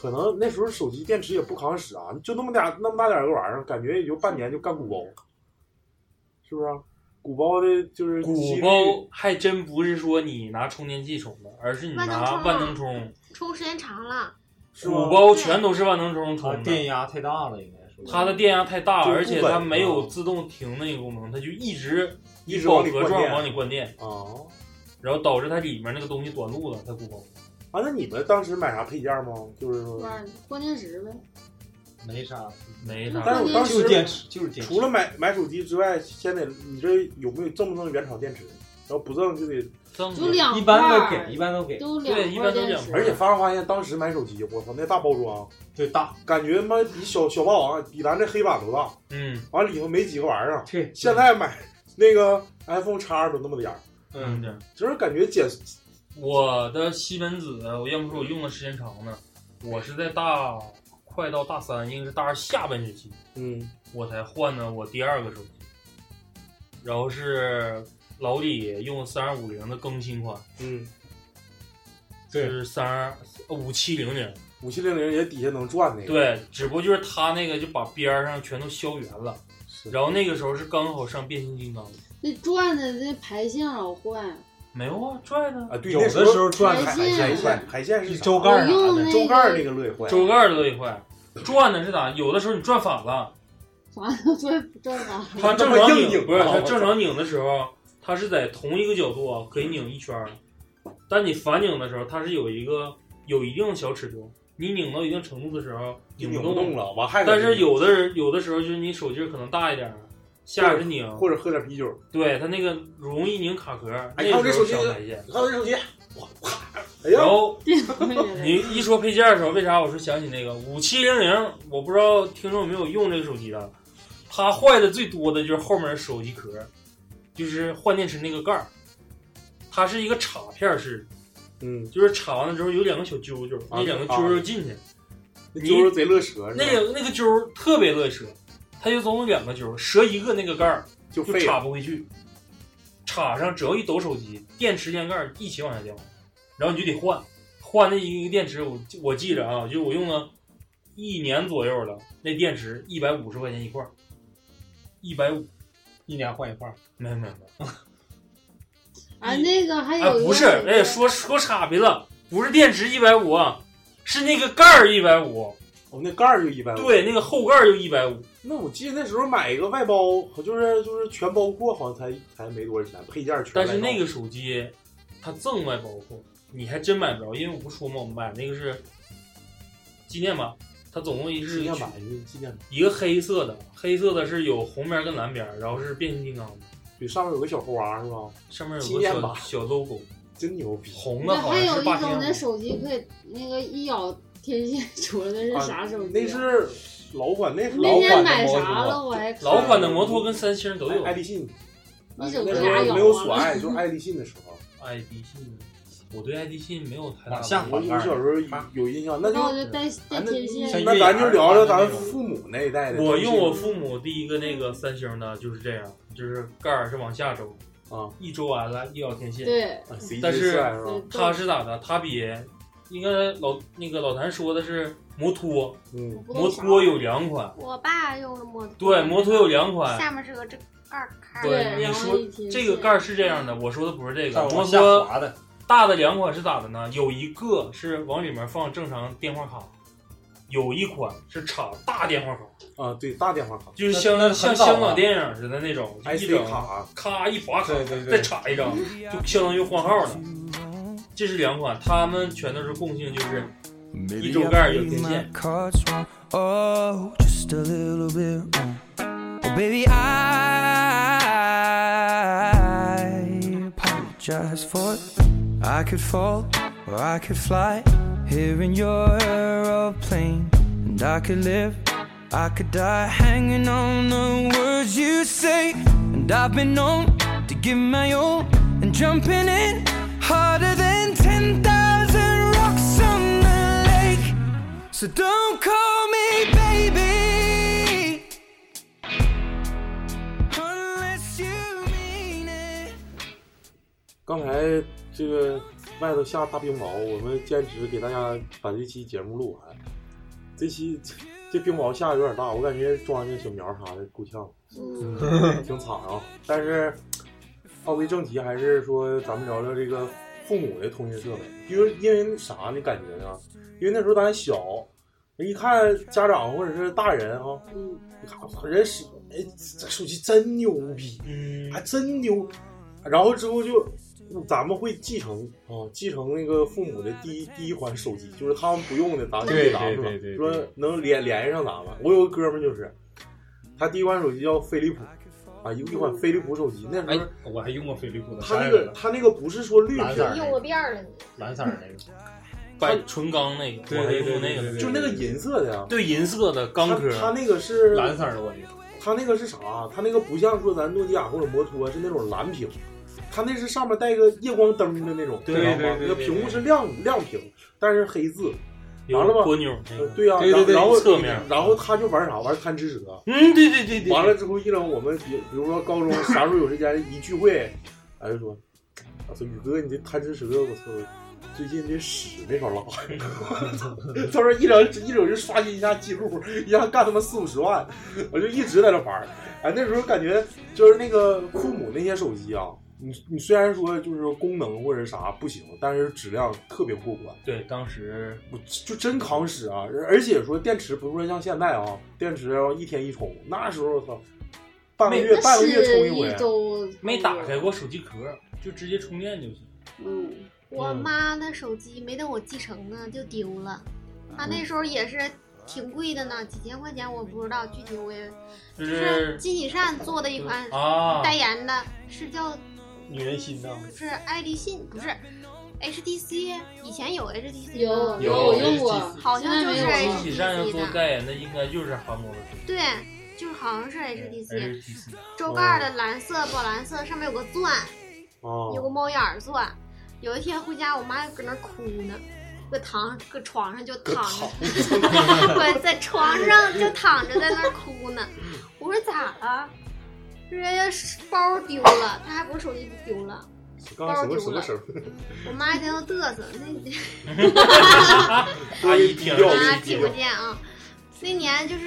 S3: 可能那时候手机电池也不扛使啊，就那么点那么大点儿个玩意儿，感觉也就半年就干鼓包，是不是啊？鼓包的就是
S1: 鼓
S3: 几率
S1: 包还真不是说你拿充电器充的，而是你拿万
S4: 万
S1: 能
S4: 能
S1: 充，啊
S4: 充时间长了，
S3: 是吗啊
S1: 鼓包全都是万能充
S5: 它
S1: 充
S5: 电
S1: 的。
S5: 压太大了，应该是
S1: 它的电压太大，
S3: 就是
S1: 而且
S3: 不稳
S1: 它没有
S3: 啊
S1: 自动停那个功能，它就一直
S3: 一直
S1: 饱
S3: 往里
S1: 和
S3: 灌
S1: 状
S3: 电
S1: 往里灌电，
S3: 啊
S1: 然后导致它里面那个东西短路了，它鼓包。
S3: 啊！那你们当时买啥配件吗？就是说，
S6: 哇，关键时呗，
S5: 没啥，
S1: 没啥。
S3: 但是我当时
S5: 就是电池，就是电池
S3: 除。了买买手机之外，先得你这有没有赠不赠原厂电池？然后不赠就得，
S1: 赠
S6: 就
S1: 的
S6: 两
S5: 一
S6: 块
S5: 般都
S6: 儿
S5: 给，一般都给，
S6: 都
S1: 对
S6: 两
S1: 一
S6: 块
S1: 般都
S6: 电
S1: 两
S6: 池，
S1: 块
S3: 而且发没发现当时买手机，我操那大包装，
S5: 对大，
S3: 感觉他妈比小小霸王啊比咱这黑板都大，
S1: 嗯
S3: 完里头没几个玩意 儿。啊
S5: 对，
S3: 现在买那个 iPhone 叉都那么点儿，
S1: 嗯
S5: 嗯，
S1: 点。
S3: 就是感觉减
S1: 我的西门子，我要不说我用的时间长呢，我是在大快到大三，应该是大二下半学期，
S3: 嗯
S1: 我才换的我第二个手机，然后是老李用三二五零的更新款，
S3: 嗯，
S1: 就
S5: 对，
S1: 是三二五七零零，
S3: 五七零零也底下能转那个。，
S1: 对，只不过就是他那个就把边儿上全都削圆了，然后那个时候是刚好上变形金刚，
S6: 那转的那排线老坏，
S1: 没有啊，拽的
S3: 啊，对，
S5: 有的时候转
S6: 排
S3: 那时候
S6: 线
S3: 海线海线是
S5: 是
S3: 啥
S5: 周盖
S6: 我
S5: 儿啊，
S6: 用
S3: 周
S6: 那
S3: 盖儿
S6: 个
S3: 那个乐意坏，
S1: 周盖儿都得坏，转的是咋？有的时候你转反了。
S6: 啥都转转啥，
S1: 它正常
S3: 硬拧
S1: 拧不是
S3: 啊
S1: 它
S3: 我
S1: 正常拧的时候，它是在同一个角度啊可以拧一圈儿，但你反拧的时候，它是有一个有一定的小尺度。你拧到一定程度的时候，
S3: 就
S1: 拧
S3: 拧
S1: 不
S3: 不动
S1: 了。
S3: 了，完还
S1: 但是有的人有的时候就是你手劲儿可能大一点儿，下着拧，
S3: 或者喝点啤酒，
S1: 对它那个容易拧卡壳儿。
S3: 哎
S1: 那
S3: 看我
S1: 个
S3: 这
S1: 时候
S3: 手机
S1: 上
S3: 这
S1: 台线，
S3: 你看我这手机，哇啪，哎呀
S1: 然，后
S6: 电脑也
S1: 你一说配件的时候，为啥我说想起那个五七零零？我不知道听众有没有用这个手机的，它坏的最多的就是后面手机壳，就是换电池那个盖儿，它是一个插片式，
S3: 嗯，
S1: 就是插完了之后有两个小揪揪，那两个揪揪进去，
S3: 啊那就是贼乐折，是吧
S1: 那两个那个揪儿特别乐折，它就总有两个揪儿，折一个那个盖儿
S3: 就
S1: 就
S3: 废
S1: 插
S3: 了。
S1: 不回去，插上只要一抖手机，电池连盖儿一起往下掉，然后你就得换，换那一个电池，我记我记着啊，就我用了一年左右了，那电池一百五十块钱一块儿，一百五，
S5: 一年换一块儿。
S1: 没有没有没
S6: 啊那个还
S1: 有，哎
S6: 有一个
S1: 不是，哎说说岔别了，不是电池一百五，啊是那个盖儿一百五，
S3: 我哦们那盖儿就一般。，
S1: 对，那个后盖儿就一百五，
S3: 那我记得那时候买一个外包，就是就是全包括，好像才才没多少钱，配件全外包。
S1: 但是那个手机它赠外包货，你还真买不着，因为我不说嘛，我们买那个是纪念版，它总共一
S3: 纪
S1: 是
S3: 念版是纪念版，
S1: 一个黑色的，黑色的是有红边儿跟蓝边儿，然后是变形金刚的，
S3: 对，上面有个小花是吧？
S1: 上面
S3: 纪
S1: 有个
S3: 念
S1: 小
S3: 版
S1: 小 logo，
S3: 真牛逼！
S1: 红的
S6: 那
S1: 好
S6: 还
S1: 像
S6: 有
S1: 是
S6: 一
S1: 霸
S6: 种那
S1: 天虎，
S6: 手机可以那个一咬天线出来，那是啥手机
S3: 那
S6: 啊？
S3: 是老款，那是
S6: 那
S3: 老
S6: 天
S3: 款的
S6: 买
S3: 摩托
S6: 啥了？我还看
S1: 老款的
S3: 嗯
S1: 摩托跟三星都有
S3: 爱立信，
S6: 一
S3: 那时
S6: 整
S3: 候
S6: 个牙咬
S3: 没有
S6: 啊
S3: 索爱，就是爱立信的时 候。
S1: 爱迪信，我对爱迪信没有太大
S5: 往
S1: 的
S5: 下
S3: 我
S5: 滑
S3: 我小时候有有印象，那
S6: 那我
S3: 就
S6: 就带带天
S5: 像
S6: 线，
S3: 那咱就聊聊咱父母那一代的。
S1: 我用我父母第一个那个三星的就是这样，就是盖儿是往下走，
S3: 啊，
S1: 一周完了，一聊天线。
S6: 对
S3: 啊谁
S1: 但
S3: 最
S1: 是
S3: 帅是吧
S1: 他是咋的？他比应该老那个老谭说的是摩托，
S3: 嗯
S1: 摩托有两款，
S4: 我爸用的摩托，
S1: 对，摩托有两款。
S4: 下面是个这盖儿开儿
S1: 对，你说这个盖儿是这样的，我说的不是这个
S5: 上往
S1: 摩
S5: 下
S1: 托
S5: 滑的
S1: 大的两款是咋的呢？有一个是往里面放正常电话卡，有一款是插大电话卡
S3: 啊，对，大电话卡
S1: 就是
S3: 那
S1: 像
S3: 那
S1: 像
S3: 很早
S1: 香港
S3: 了
S1: 电影似的那种，就一
S3: IC
S1: 整
S3: 卡
S1: 咔一划卡，
S3: 对
S1: 再插一张，就相当于换号了。这是两款，它们全都是共性，就是一周盖儿有天线。
S7: cards wrong. Oh, just a little bit wrong. Oh, baby, I apologize for it. I could fall or I could fly here in your aeroplane. And I could live, I could die hanging on the words you say. And I've been known to give my all and jumping in harder than 10,000 rocks on the lake. So don't call me baby unless you mean it.
S3: 刚才这个外头下大冰雹，我们坚持给大家把这期节目录完。这期这冰雹下的有点大，我感觉庄稼小苗啥的够呛，
S5: 嗯
S3: 挺惨啊。但是奥归正题，还是说咱们聊聊这个父母的通讯设备，因为因为啥呢？感觉呢？因为那时候咱小，一看家长或者是大人啊，你看哇人使哎这手机真牛逼，
S1: 嗯
S3: 还真牛。然后之后就咱们会继承啊，继承那个父母的第一第一款手机，就是他们不用的，咱们
S5: 对
S3: 给咱们
S5: 对
S3: 了
S5: 对对对
S3: 说能联联系上咱们。我有个哥们儿就是，他第一款手机叫飞利浦，啊，一一款飞利浦手机，那
S1: 哎
S3: 时候。
S5: 我还用过飞利浦的，
S3: 他那个他那个不是说绿
S5: 哎蓝
S3: 皮
S5: 色
S3: 儿
S5: 儿，
S4: 用过遍儿了。
S5: 蓝色儿那个，
S1: 白纯钢那个，我还用过那个，
S3: 就那个银色的呀。
S1: 对银色的钢壳，
S3: 他那个是
S5: 蓝色儿的我用。
S3: 他那个是啥？他那个不像说咱诺基亚或者摩托是那种蓝屏，他那是上面带个夜光灯的那种，
S5: 对
S3: 知道吗
S5: 对对对
S3: 那个屏幕是亮亮屏，但是黑字。
S1: 有
S3: 完了吧？
S1: 蜗牛那个
S3: 呃对呀、
S1: 对对
S3: 然
S1: 对
S3: 后然后
S1: 侧面
S3: 然后他就玩啥？玩贪吃蛇。
S1: 嗯，对对对对。
S3: 完了之后，一整我们比比如说高 中啥时候有时间一聚会，他就说：“我说宇哥，你这贪吃蛇，我操，最近这屎没 少拉。”他说一整一整就刷新一下记录，一下干他妈四五十万，我就一直在那玩儿。哎，那时候感觉就是那个酷母那些手机啊，你你虽然说就是功能或者啥不行，但是质量特别过关。
S1: 对，当时
S3: 我就真扛使啊！而且说电池不是说像现在啊，电池要一天一充，那时候我操，半个月半个月充一回。啊
S6: 周
S1: 没打开过手机壳，就直接充电就行。
S6: 嗯，
S4: 我
S1: 嗯
S4: 妈那手机没等我继承呢就丢了，
S5: 嗯
S4: 她那时候也是挺贵的呢，几千块钱我不知道具体我也，就
S1: 就
S4: 是
S1: 是
S4: 金喜善做的一款
S1: 啊
S4: 代言的，是叫
S5: 女人心呐，
S4: 是爱立信不是。HTC 以前有 HTC
S6: 有
S4: 吗
S6: 有我用过
S4: 好像就是
S6: 现在没有了
S1: 集体站上
S4: HTC
S1: 做
S4: 的，
S1: 代言的应该就是韩国的
S4: 对，就是好像是
S5: 哎
S4: HTC，
S1: HTC。
S4: 周盖儿的蓝色宝蓝色上面有个钻，
S3: 哦
S4: 有个猫眼儿钻。有一天回家，我妈搁那儿哭呢，搁躺搁床上就躺着， 我在床上就躺着在那儿哭呢。我说咋了？人家包丢了，他还不是手机丢了。
S3: 刚才什
S4: 包
S3: 么什
S4: 丢
S3: 么
S4: 了
S3: 声儿？
S4: 我妈一天都嘚瑟， 那
S1: 阿姨听着
S4: 啊，
S1: 低
S4: 听
S1: 调
S4: 不见啊。那年就是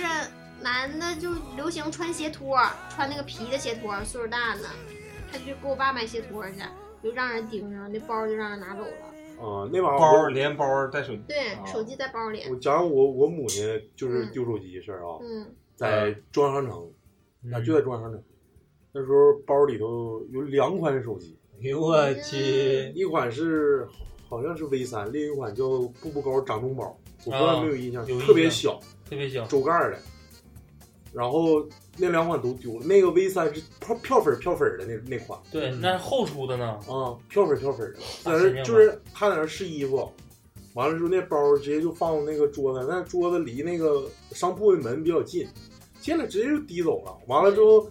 S4: 男的就流行穿鞋托，穿那个皮的鞋托，岁数大了，他就给我爸买鞋托去，就让人盯上，那包就让人拿走了。
S3: 啊，那玩意
S5: 包
S3: 儿
S5: 儿连包儿带手机，
S4: 对，
S5: 啊
S4: 手机在包里
S3: 我。我讲我我母亲就是丢手机的事儿啊，
S4: 嗯，
S3: 在中央商城，
S1: 嗯
S3: 啊就在中央商城，那时候包里头有两款手机，
S5: 哎呦我去，
S3: 一款是好像是 V 三，另一款叫步步高掌中宝，我不知道有没有印象，
S1: 啊有印象
S3: 特别小，
S1: 特别小。
S3: 周盖儿的，然后那两款都丢了。那个 V 三是票票粉儿票粉儿的那那款
S1: 对，那是后出的呢。
S5: 嗯
S3: 啊，票粉儿票粉儿的，在
S1: 大神
S3: 那
S1: 庙
S3: 就是他在那试衣服，完了之后那包儿直接就放那个桌子，那桌子离那个商铺的门比较近，进来直接就提走了。完了之后，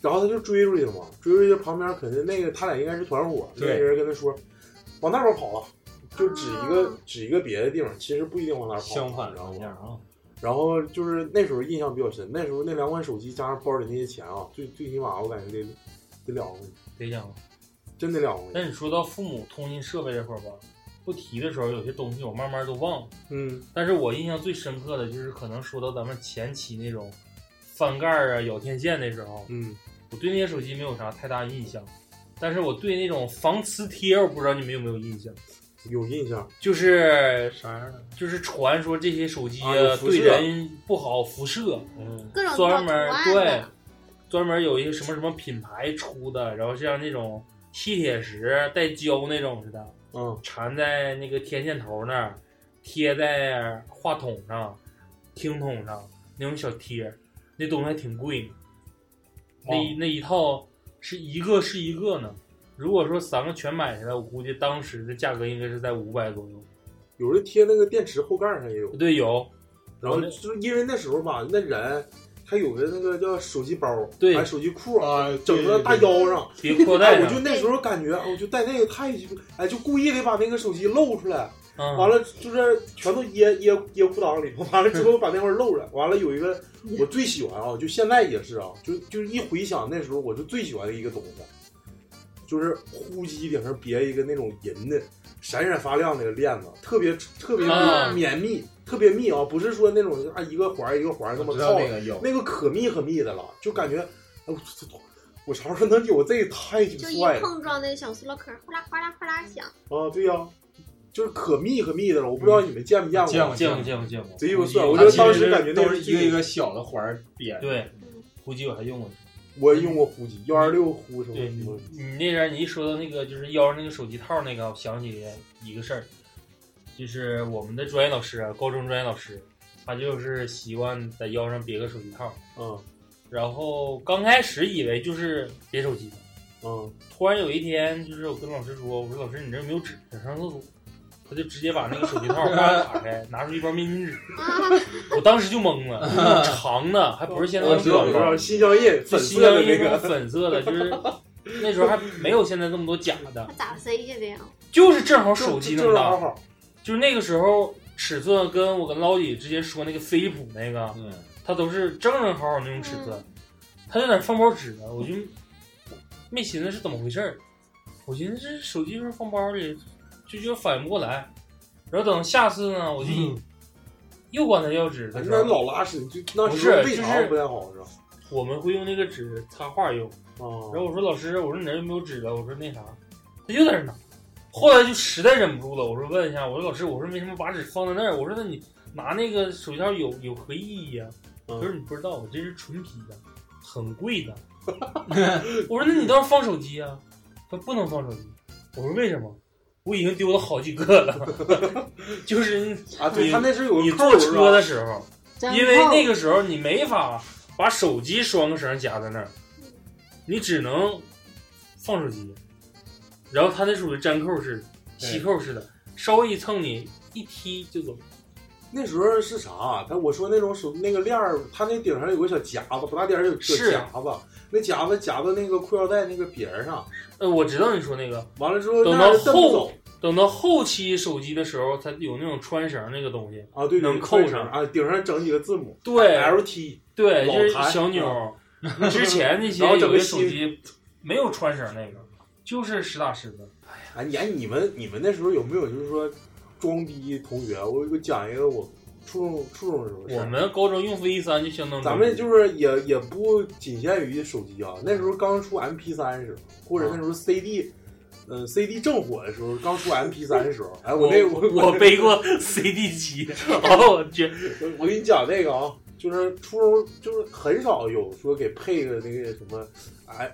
S3: 然后他就追出去了嘛，追出去旁边肯定那个他俩应该是团伙，那
S5: 对
S3: 个人跟他说往那边跑了，就指一个、指一个别的地方，其实不一定往那儿跑，
S5: 相反
S3: 然
S5: 方
S3: 后。
S5: 向啊，
S3: 然后就是那时候印象比较深，那时候那两款手机加上包里那些钱啊，最最起码我感觉得得两回，
S1: 得两回，
S3: 真得两回。
S1: 但你说到父母通信设备这块儿吧，不提的时候，有些东西我慢慢都忘了。
S3: 嗯，
S1: 但是我印象最深刻的就是可能说到咱们前期那种翻盖儿啊、咬天线的时候，
S3: 嗯，
S1: 我对那些手机没有啥太大印象，但是我对那种防磁贴，我不知道你们有没有印象。
S3: 有印象，
S1: 就是啥样的？就是传说这些手机
S3: 啊有辐
S1: 对
S3: 射
S1: 人不好，辐射。嗯
S4: 各种
S1: 专门
S4: 图案
S1: 对
S4: 的，
S1: 专门有一个什么什么品牌出的，然后像那种吸铁石带胶那种似的，
S3: 嗯，
S1: 缠在那个天线头那儿，贴在话筒上、听筒上那种小贴，那东西还挺贵呢。
S3: 哦
S1: 那一那一套是一个是一个呢。如果说三个全买下来，我估计当时的价格应该是在五百左右。
S3: 有人贴那个电池后盖上也有，
S1: 对，有。
S3: 然后就是因为那时候吧，那人还有的那个叫手机包，
S1: 对
S3: 还有手机裤啊，整到大腰上，
S1: 别 扩带
S3: 哎我
S1: 上
S3: 就那时候感觉，我就戴那个太，哎，就故意得把那个手机露出来，
S1: 嗯
S3: 完了就是全都掖掖掖裤裆里，完了之后把那块儿露出来，完了有一个我最喜欢啊，就现在也是啊，就就是一回想那时候我就最喜欢的一个东西，就是呼机顶上别一个那种银的闪闪发亮那个链子，特别特别
S5: 啊
S3: 绵密，特别密啊，不是说那种啊一个环儿一个环儿那么
S5: 我知道
S3: 套
S5: 那个有
S3: 那个可密可密的了，就感觉哎我这我瞅瞅能有这个太挺
S4: 就一
S3: 帅了
S4: 碰撞那小塑料壳，哗啦哗啦哗啦响。
S3: 啊，对呀、就是可密可密的了，我不知道你们见没见过，
S5: 见过
S1: 见过见过见过，
S3: 贼有帅，
S5: 估
S3: 我
S5: 计
S3: 就
S5: 它
S3: 当
S5: 其
S3: 时
S5: 实
S3: 感觉那
S5: 都是一个一
S3: 个
S5: 个小的环儿编。
S1: 对，呼机我还用过。
S3: 我用过呼机幺二六呼什么
S1: 对
S3: 什
S1: 你
S3: 么，
S1: 嗯你那边你一说到那个就是腰上那个手机套那个，我想起一个事儿，就是我们的专业老师啊，高中专业老师，他就是习惯在腰上别个手机套，
S3: 嗯，
S1: 然后刚开始以为就是别手机，
S3: 嗯，
S1: 突然有一天就是我跟老师说，我说老师你这没有纸，想上厕所，他就直接把那个手机 套啪打开，拿出一包面巾纸，我当时就懵了，那种长的还不是现在
S3: 我知道
S1: 那种
S3: 我知道新疆叶
S1: 就
S3: 粉
S1: 新
S3: 色的
S1: 疆叶
S3: 那
S1: 那
S3: 个
S1: 种粉色的，就是那时候还没有现在这么多假 的，
S4: 咋塞啊进的呀？
S1: 就是正好手机那么
S3: 正正
S1: 大，就是那个时候尺寸跟我跟老李之前说那个飞利浦那个，
S5: 嗯
S1: 它都是正正好好那种尺寸，它在哪儿放包纸呢？我就没寻思是怎么回事儿，我寻思这手机是不是放包里，就就反应不过来。然后等下次呢，我就又管他要纸的时候，
S3: 那老拉屎，就那
S1: 不
S3: 时候
S1: 是
S3: 为
S1: 就
S3: 啥
S1: 是
S3: 不太好是吧？嗯
S1: 我们会用那个纸擦画用。嗯然后我说老师，我说你那儿有没有纸了？我说那啥，他就在那儿拿。后来就实在忍不住了，我说问一下，我说老师，我说为什么把纸放在那儿？我说那你拿那个手机套有有何意义啊？他说你不知道，我这是纯皮的，很贵 的。我说那你倒是放手机啊？他说不能放手机。我说为什么？我已经丢了好几个了， 就是
S3: 啊对
S1: 你
S3: 他那是有个
S1: 你
S3: 扣儿
S1: 坐
S3: 是吧
S1: 车的时候，
S3: 粘
S1: 因为
S3: 扣
S1: 那个时候你没法把手机双个绳夹在那儿，你只能放手机。然后它那属于粘扣式的、
S3: 对
S1: 吸扣式的，稍微一蹭你一踢就走。
S3: 那时候是啥？啊他我说那种手那个链儿，它那顶上有个小夹子，不大点儿有个
S1: 是
S3: 夹子，那夹子夹到那个裤腰带那个别儿上。
S1: 呃，我知道你说那个。
S3: 完了之后，
S1: 等
S3: 那
S1: 到
S3: 儿蹬不
S1: 后
S3: 走
S1: 等到后期手机的时候，它有那种穿绳那个东西
S3: 啊，对，
S1: 能
S3: 有个
S1: 扣
S3: 扣
S1: 上
S3: 绳啊，顶上整几个字母，
S1: 对
S3: ，LT，
S1: 对，就是
S3: 老牌
S1: 小钮儿。之前 那些
S3: 然后整
S1: 有
S3: 个
S1: 些手
S3: 新
S1: 机没有穿绳那个，就是实打实的。
S3: 哎，你哎，你们你们那时候有没有就是说装逼同学？我我讲一个我初中初中的时候的事儿，
S1: 我们高中用 V 三就相当于
S3: 咱们就是也也不仅限于手机啊，那时候刚出 MP 三时候，或者那时候 CD，嗯、CD 正火的时候，刚出 MP 三的时候，哎，
S1: 我
S3: 那
S1: 我
S3: 我我
S1: 我背过 CD 机，哦，我去，，
S3: 我跟你讲那个啊，就是初中就是很少有说给配个那个什么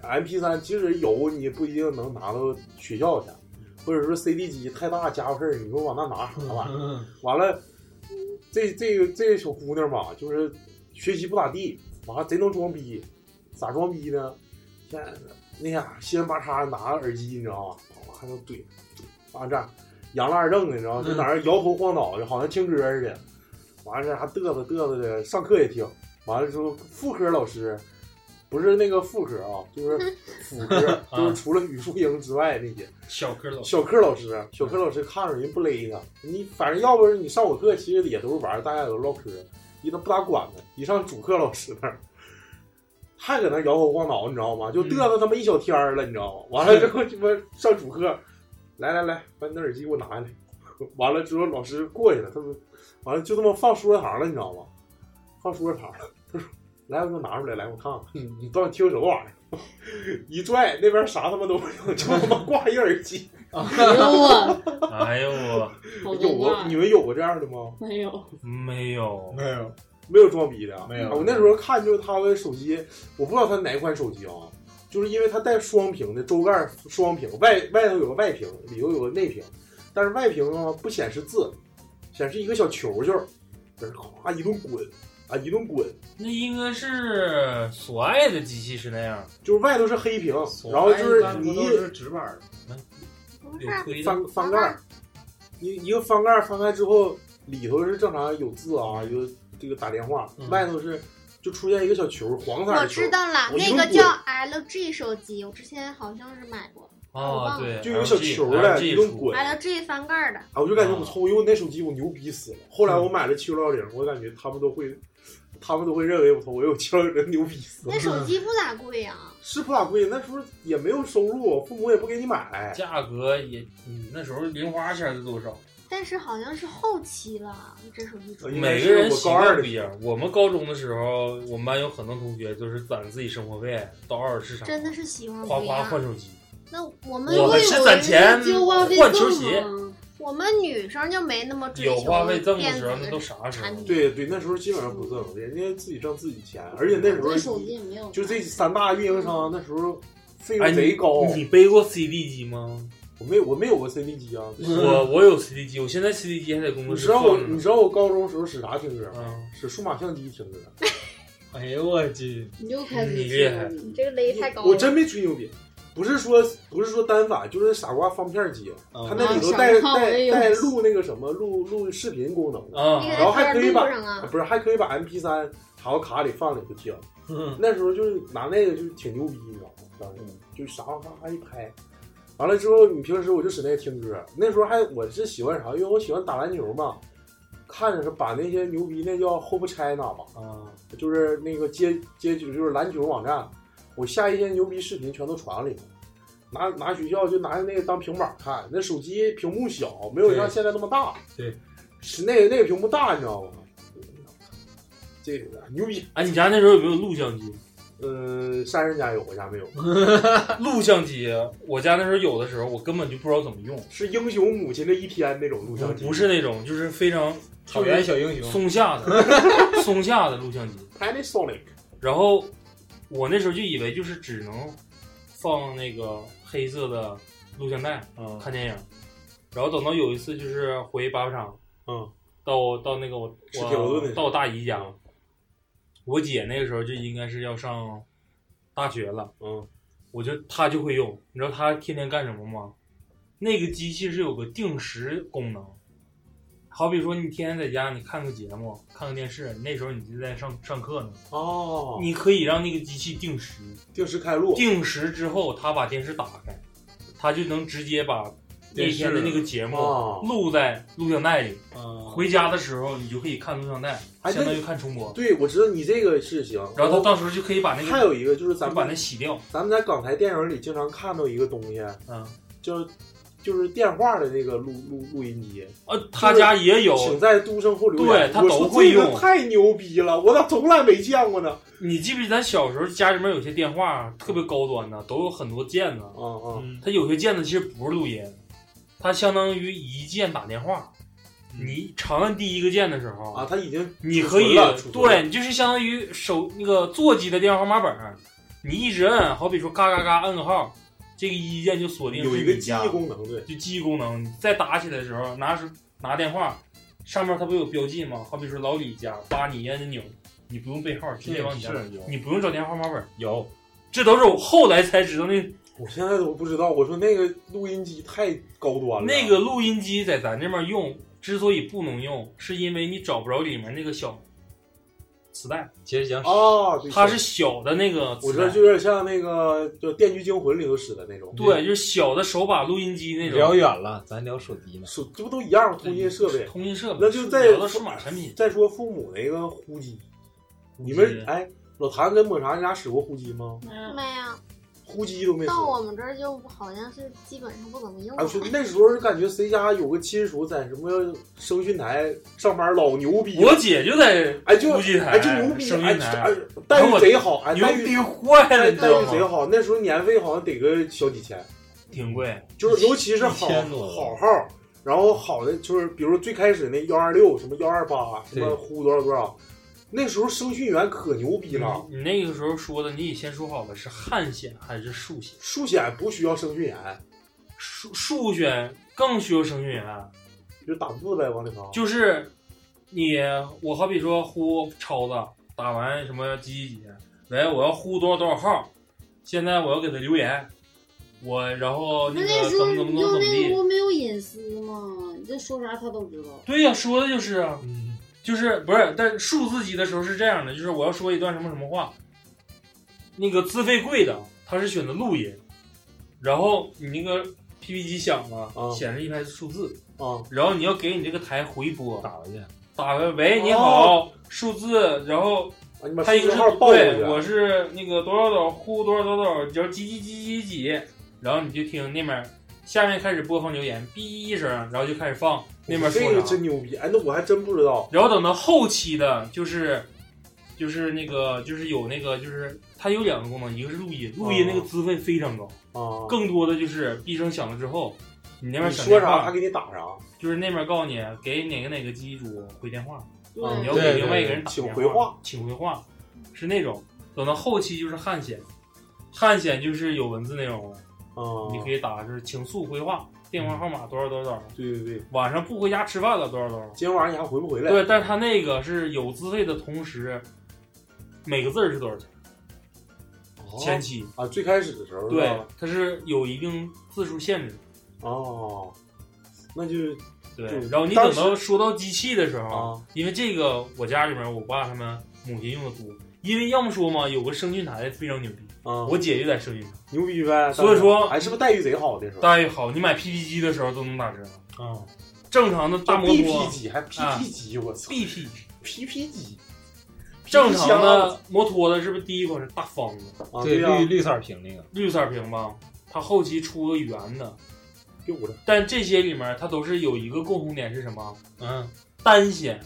S3: M MP 三，即使有你也不一定能拿到学校去，或者说 CD 机太大家伙事儿，你说往那拿啥玩意儿？完了，这这个这小姑娘吧，就是学习不咋地，完了贼能装逼，咋装逼呢？先那啥，稀里巴叉拿个耳机，你知道吗？哇，还能怼，完了这样洋了二正的，你知道吗？就在那儿摇头晃脑的，好像听歌似的。完了这还嘚瑟嘚瑟的，上课也听。完了之后，副科老师不是那个副科啊，就是辅科就是除了语数英之外那些。
S1: 小科 老师，
S3: 小课老师，小课老师看着人不勒他，你反正要不是你上我课，其实也都是玩儿，大家也都唠嗑，一都不咋管他。一上主课老师那儿，
S1: 嗯
S3: 就嘚瑟他妈一小天儿了，你知道吗？完了之后鸡巴上主课，来来来，把你的耳机给我拿下来。 完了之后老师过去了，他说，完了就这么放书桌堂了，你知道吗？放书桌堂了，他说来我给我拿出来，来我看看，你你到底听什么玩意儿？ 一拽那边啥他妈都没有，就他妈挂一耳机。
S1: 哎呦我，
S3: 有过你们有过这样的吗？
S6: 没有，
S1: 没有，
S3: 没有，没有装逼的啊，
S1: 没有
S3: 啊我那时候看就是他的手机，我不知道他哪款手机啊，就是因为它带双屏的，周盖儿双屏，外外头有个外屏，里头有个内屏，但是外屏啊不显示字，显示一个小球球，在这夸一顿滚啊一顿滚，
S1: 那应该是索爱的机器是那样，
S3: 就是外头是黑屏，然后就你一
S5: 直板儿，
S1: 有
S3: 翻翻盖儿，一一个翻盖儿翻开之后，里头是正常有字啊，有这个打电话，外头是就出现一个小球，黄色
S4: 嗯我
S3: 的球。
S4: 知道了，
S3: 我一
S4: 那
S3: 顿
S4: 个
S3: 滚
S4: 叫 LG 手机，我之前好像是买过。我
S1: 啊，
S4: 忘
S1: 对
S4: 了，
S3: 就有小球的一顿滚。啊，
S4: LG 翻盖儿的，
S3: 我就感
S1: 啊
S3: 觉我操，我用那手机我牛逼死了。后来我
S1: 嗯
S3: 买了七六幺零，我感觉他们都会，他们都会认为我操，我有七六幺零牛逼死了。
S4: 那手机不咋贵啊呀、
S3: 是不咋贵，那时候也没有收入，父母也不给你买。
S1: 价格也，嗯，那时候零花钱是多少？
S4: 但是好像是后期了，这手机出来
S1: 每个人习惯不一样。我们高中的时候，我们班有很多同学就是攒自己生活费，到二手市场
S4: 真的是喜欢
S1: 夸
S4: 不一
S1: 夸
S4: 样。
S1: 换手机。
S4: 那我们
S1: 我们是攒钱换球鞋，
S4: 我们女生就没那么追求
S3: 有花费挣的
S4: 电
S3: 时
S4: 子
S3: 候
S4: 的
S3: 那
S1: 都啥时啊
S4: 产品？
S3: 对对，那时候基本上不挣，人家自己挣自己钱，而且那时
S6: 对手
S3: 候
S6: 机也没有。
S3: 就这三大运营商那时候费
S1: 哎
S3: 用
S1: 你
S3: 贼高。
S1: 你背过 CD 机吗？
S3: 我没有，我没有过 CD 机啊。
S1: 我我有 CD 机，我现在 CD 机还在工
S3: 你
S1: 作
S3: 知
S1: 室
S3: 道我
S1: 放着嗯
S3: 你
S1: 呢。
S3: 知道我高中时候使啥听歌吗？使数码相机听歌。
S5: 哎呦我去！
S6: 你又开始
S3: 你厉害
S6: 你
S4: 这个勒太高
S3: 我真没吹牛逼，不是说不是说单反，就是傻瓜方片机，它那里头带
S6: 啊傻瓜我也
S3: 带
S6: 有
S3: 带录那个什么录录视频功能的，
S1: 啊
S3: 然后还可以把
S4: 那个在路上啊
S3: 不是还可以把 MP 三插到卡里放里头听。那时候就是拿那个就是挺牛逼，你知道吗？当时就啥啥啥一拍，完了之后你平时我就使那个听歌。那时候还我是喜欢啥，因为我喜欢打篮球嘛，看着是把那些牛逼那叫 Hope China 吧，
S5: 啊，
S3: 就是那个街街就是篮球网站，我下一些牛逼视频全都传里头。拿拿学校就拿那个当平板看，那手机屏幕小，没有像现在那么大，
S5: 对，
S3: 是那个那个屏幕大，你知道吗？这个牛逼！
S1: 哎，你家那时候有没有录像 机？
S3: 呃，山人家有，我家没有。
S1: 嗯录像机，我家那时候有的时候，我根本就不知道怎么用。
S3: 是英雄母亲的一天那种录像机，
S1: 嗯不是那种，就是非常
S3: 草原小英雄
S1: 松下 的松下的录像机。
S3: Panasonic。
S1: 然后我那时候就以为就是只能放那个黑色的录像带、
S3: 啊
S1: 看电影，然后等到有一次就是回八宝厂，
S3: 嗯，
S1: 到我到那个我
S3: 吃饺子那
S1: 我
S3: 是
S1: 到我大姨家，我姐那个时候就应该是要上大学了，
S3: 嗯，
S1: 我就她就会用，你知道她天天干什么吗？那个机器是有个定时功能，好比说你天天在家，你看个节目，看个电视，那时候你就在上上课呢。
S3: 哦
S1: 你可以让那个机器定时，
S3: 定时开录，
S1: 定时之后，它把电视打开，它就能直接把那天的那个节目
S3: 哦
S1: 录在录像带里。
S5: 嗯
S1: 回家的时候，你就可以看录像带，
S3: 哎
S1: 相当
S3: 那
S1: 于
S3: 你
S1: 看重播。
S3: 对，我知道你这个是行。
S1: 然后他到时候就可以把那个
S3: 还有一个就是咱们
S1: 就把那洗掉。
S3: 咱们在港台电影里经常看到一个东西，
S1: 嗯，
S3: 就就是电话的那个录录录音机。
S1: 呃他家也有
S3: 请在都市后留言。
S1: 对他
S3: 我说
S1: 都会用
S3: 这个太牛逼了，我咋从来没见过呢？
S1: 你记不记得咱小时候家里面有些电话特别高端的，都有很多键呢。
S3: 嗯嗯，
S1: 它有些键呢其实不是录音，它相当于一键打电话。你长按第一个键的时候
S3: 嗯啊，它已经
S1: 你可以
S3: 储存了储存了
S1: 对，你就是相当于手那个座机的电话号码本儿，你一直摁，好比说嘎嘎嘎摁个号，这个一键就锁定
S3: 有
S1: 是
S3: 一个
S1: 你
S3: 记
S1: 家
S3: 忆功能，对，
S1: 就记忆功能，你再打起来的时候，拿手拿电话，上面它不有标记吗？好比说老李家，叭你一按钮，你不用背号，直接往你家
S5: 是
S1: 打
S5: 是有，
S1: 你不用找电话号码本儿。
S5: 有，
S1: 这都是我后来才知道那。
S3: 我现在都不知道，我说那个录音机太高端了。
S1: 那个录音机在咱这边用，之所以不能用，是因为你找不着里面那个小磁带。
S5: 接着讲
S3: 哦，对
S1: 它是小的那个
S3: 我
S1: 磁
S3: 说
S1: 带，
S3: 就有点像那个就《电锯惊魂》里头使的那种，
S1: 对，就是小的手把录音机那种。
S5: 聊远了，咱聊手机呢。
S3: 手这不都一样吗？通信设备，
S1: 通信设备，
S3: 那就再
S1: 聊到数码产品。
S3: 再说父母那个呼机，你们哎，老谭跟抹茶，你俩使过呼机吗？
S4: 没有，
S3: 呼机都没使
S4: 到
S3: 过。
S4: 我们这儿就好像是基本上不怎么用
S3: 哎，
S4: 了。
S3: 我去，那时候就感觉谁家有个亲属在什么声讯台上班，老牛逼了。
S1: 我姐就在
S3: 哎就
S1: 呼机台
S3: 哎就牛逼，
S1: 声
S3: 哎
S1: 音
S3: 就
S1: 台
S3: 哎待遇贼好，哎
S1: 牛
S3: 待遇
S1: 逼坏了
S3: 哎
S1: 你知
S3: 待
S1: 道
S3: 遇
S1: 吗
S3: 贼好。那时候年费好像得个小几千，
S1: 挺贵，
S3: 就是尤其是好
S1: 1000多
S3: 好号，然后好的就是比如最开始那幺二六什么幺二八什么
S1: 对
S3: 呼多少多少，那时候声讯员可牛逼了，
S1: 你那个时候说的，你得先说好了是汉显还是数显？
S3: 数显不需要声讯员，
S1: 数数选更需要声讯员。
S3: 就打字呗，往里头。
S1: 就是你，我好比说呼超子，打完什么几几几，来我要呼多少多少号，现在我要给他留言，我然后那
S6: 那
S1: 个
S6: 那时
S1: 怎
S6: 候
S1: 么
S6: 你
S1: 怎么怎
S6: 就
S1: 么怎么
S6: 那
S1: 地
S6: 个，不没有隐私吗？你这说啥他都知道。
S1: 对呀、说的就是啊，就是不是？但数字级的时候是这样的，就是我要说一段什么什么话，那个资费贵的，它是选择录音，然后你那个 PP 机响了，显示一排数字，
S3: 啊，
S1: 然后你要给你这个台回拨，打
S5: 回去，
S1: 打个喂，
S3: 哦
S1: 你好，数字，然后
S3: 啊你把
S1: 它一
S3: 数
S1: 个
S3: 字
S1: 是
S3: 号报过去
S1: 对，我是那个多少多少呼多少多少，就是几几几几几，然后你就听那边下面开始播放留言，哔一声，然后就开始放那边说
S3: 这个
S1: 啥。
S3: 真牛逼，哎，那我还真不知道。
S1: 然后等到后期的，就是就是那个就是有那个就是它有两个功能，一个是录音，录音那个资费非常高，
S3: 啊，
S1: 更多的就是哔声响了之后，你那边
S3: 你
S1: 闪
S3: 说
S1: 电话
S3: 啥他给你打啥，
S1: 就是那边告诉你给哪个哪个机主回电话，
S3: 对
S6: 嗯
S1: 啊，你要
S3: 对
S1: 给
S3: 对
S1: 另外一个人打
S3: 请
S1: 电
S3: 回话，
S1: 请回话，是那种。等到后期就是汉显，汉显就是有文字内容了，
S3: 啊，
S1: 你可以打就是请速回话，电话号码多少多少多少，
S3: 对对对，
S1: 晚上不回家吃饭了多少多少，
S3: 今天晚上你还回不回来？
S1: 对，但是他那个是有资费的同时，每个字儿是多少钱？
S3: 哦
S1: 前期
S3: 啊，最开始的时候是
S1: 对
S3: 吧，
S1: 它是有一定字数限制。
S3: 哦，那就
S1: 对
S3: 就，
S1: 然后你
S3: 当
S1: 等到
S3: 时啊
S1: 说到机器的时候，因为这个我家里面我爸他们母亲用的多，因为要么说嘛，有个声讯台非常牛逼，我姐就在声讯台，
S3: 啊牛逼呗，
S1: 所以说
S3: 哎，是不是待遇贼好的时候？
S1: 待遇好，你买 PP 机的时候都能打折。啊，正常的大摩啊托
S3: BP 机还 PP 机，我操
S1: ，BP
S3: PP 机，
S1: 正常
S3: 的
S1: 的摩托的是不是第一款是大方的？
S3: 啊
S5: 对对啊绿绿色屏那个，
S1: 绿色屏吧，它后期出了圆的，
S3: 有了。
S1: 但这些里面它都是有一个共同点是什么？
S5: 嗯，
S1: 单显，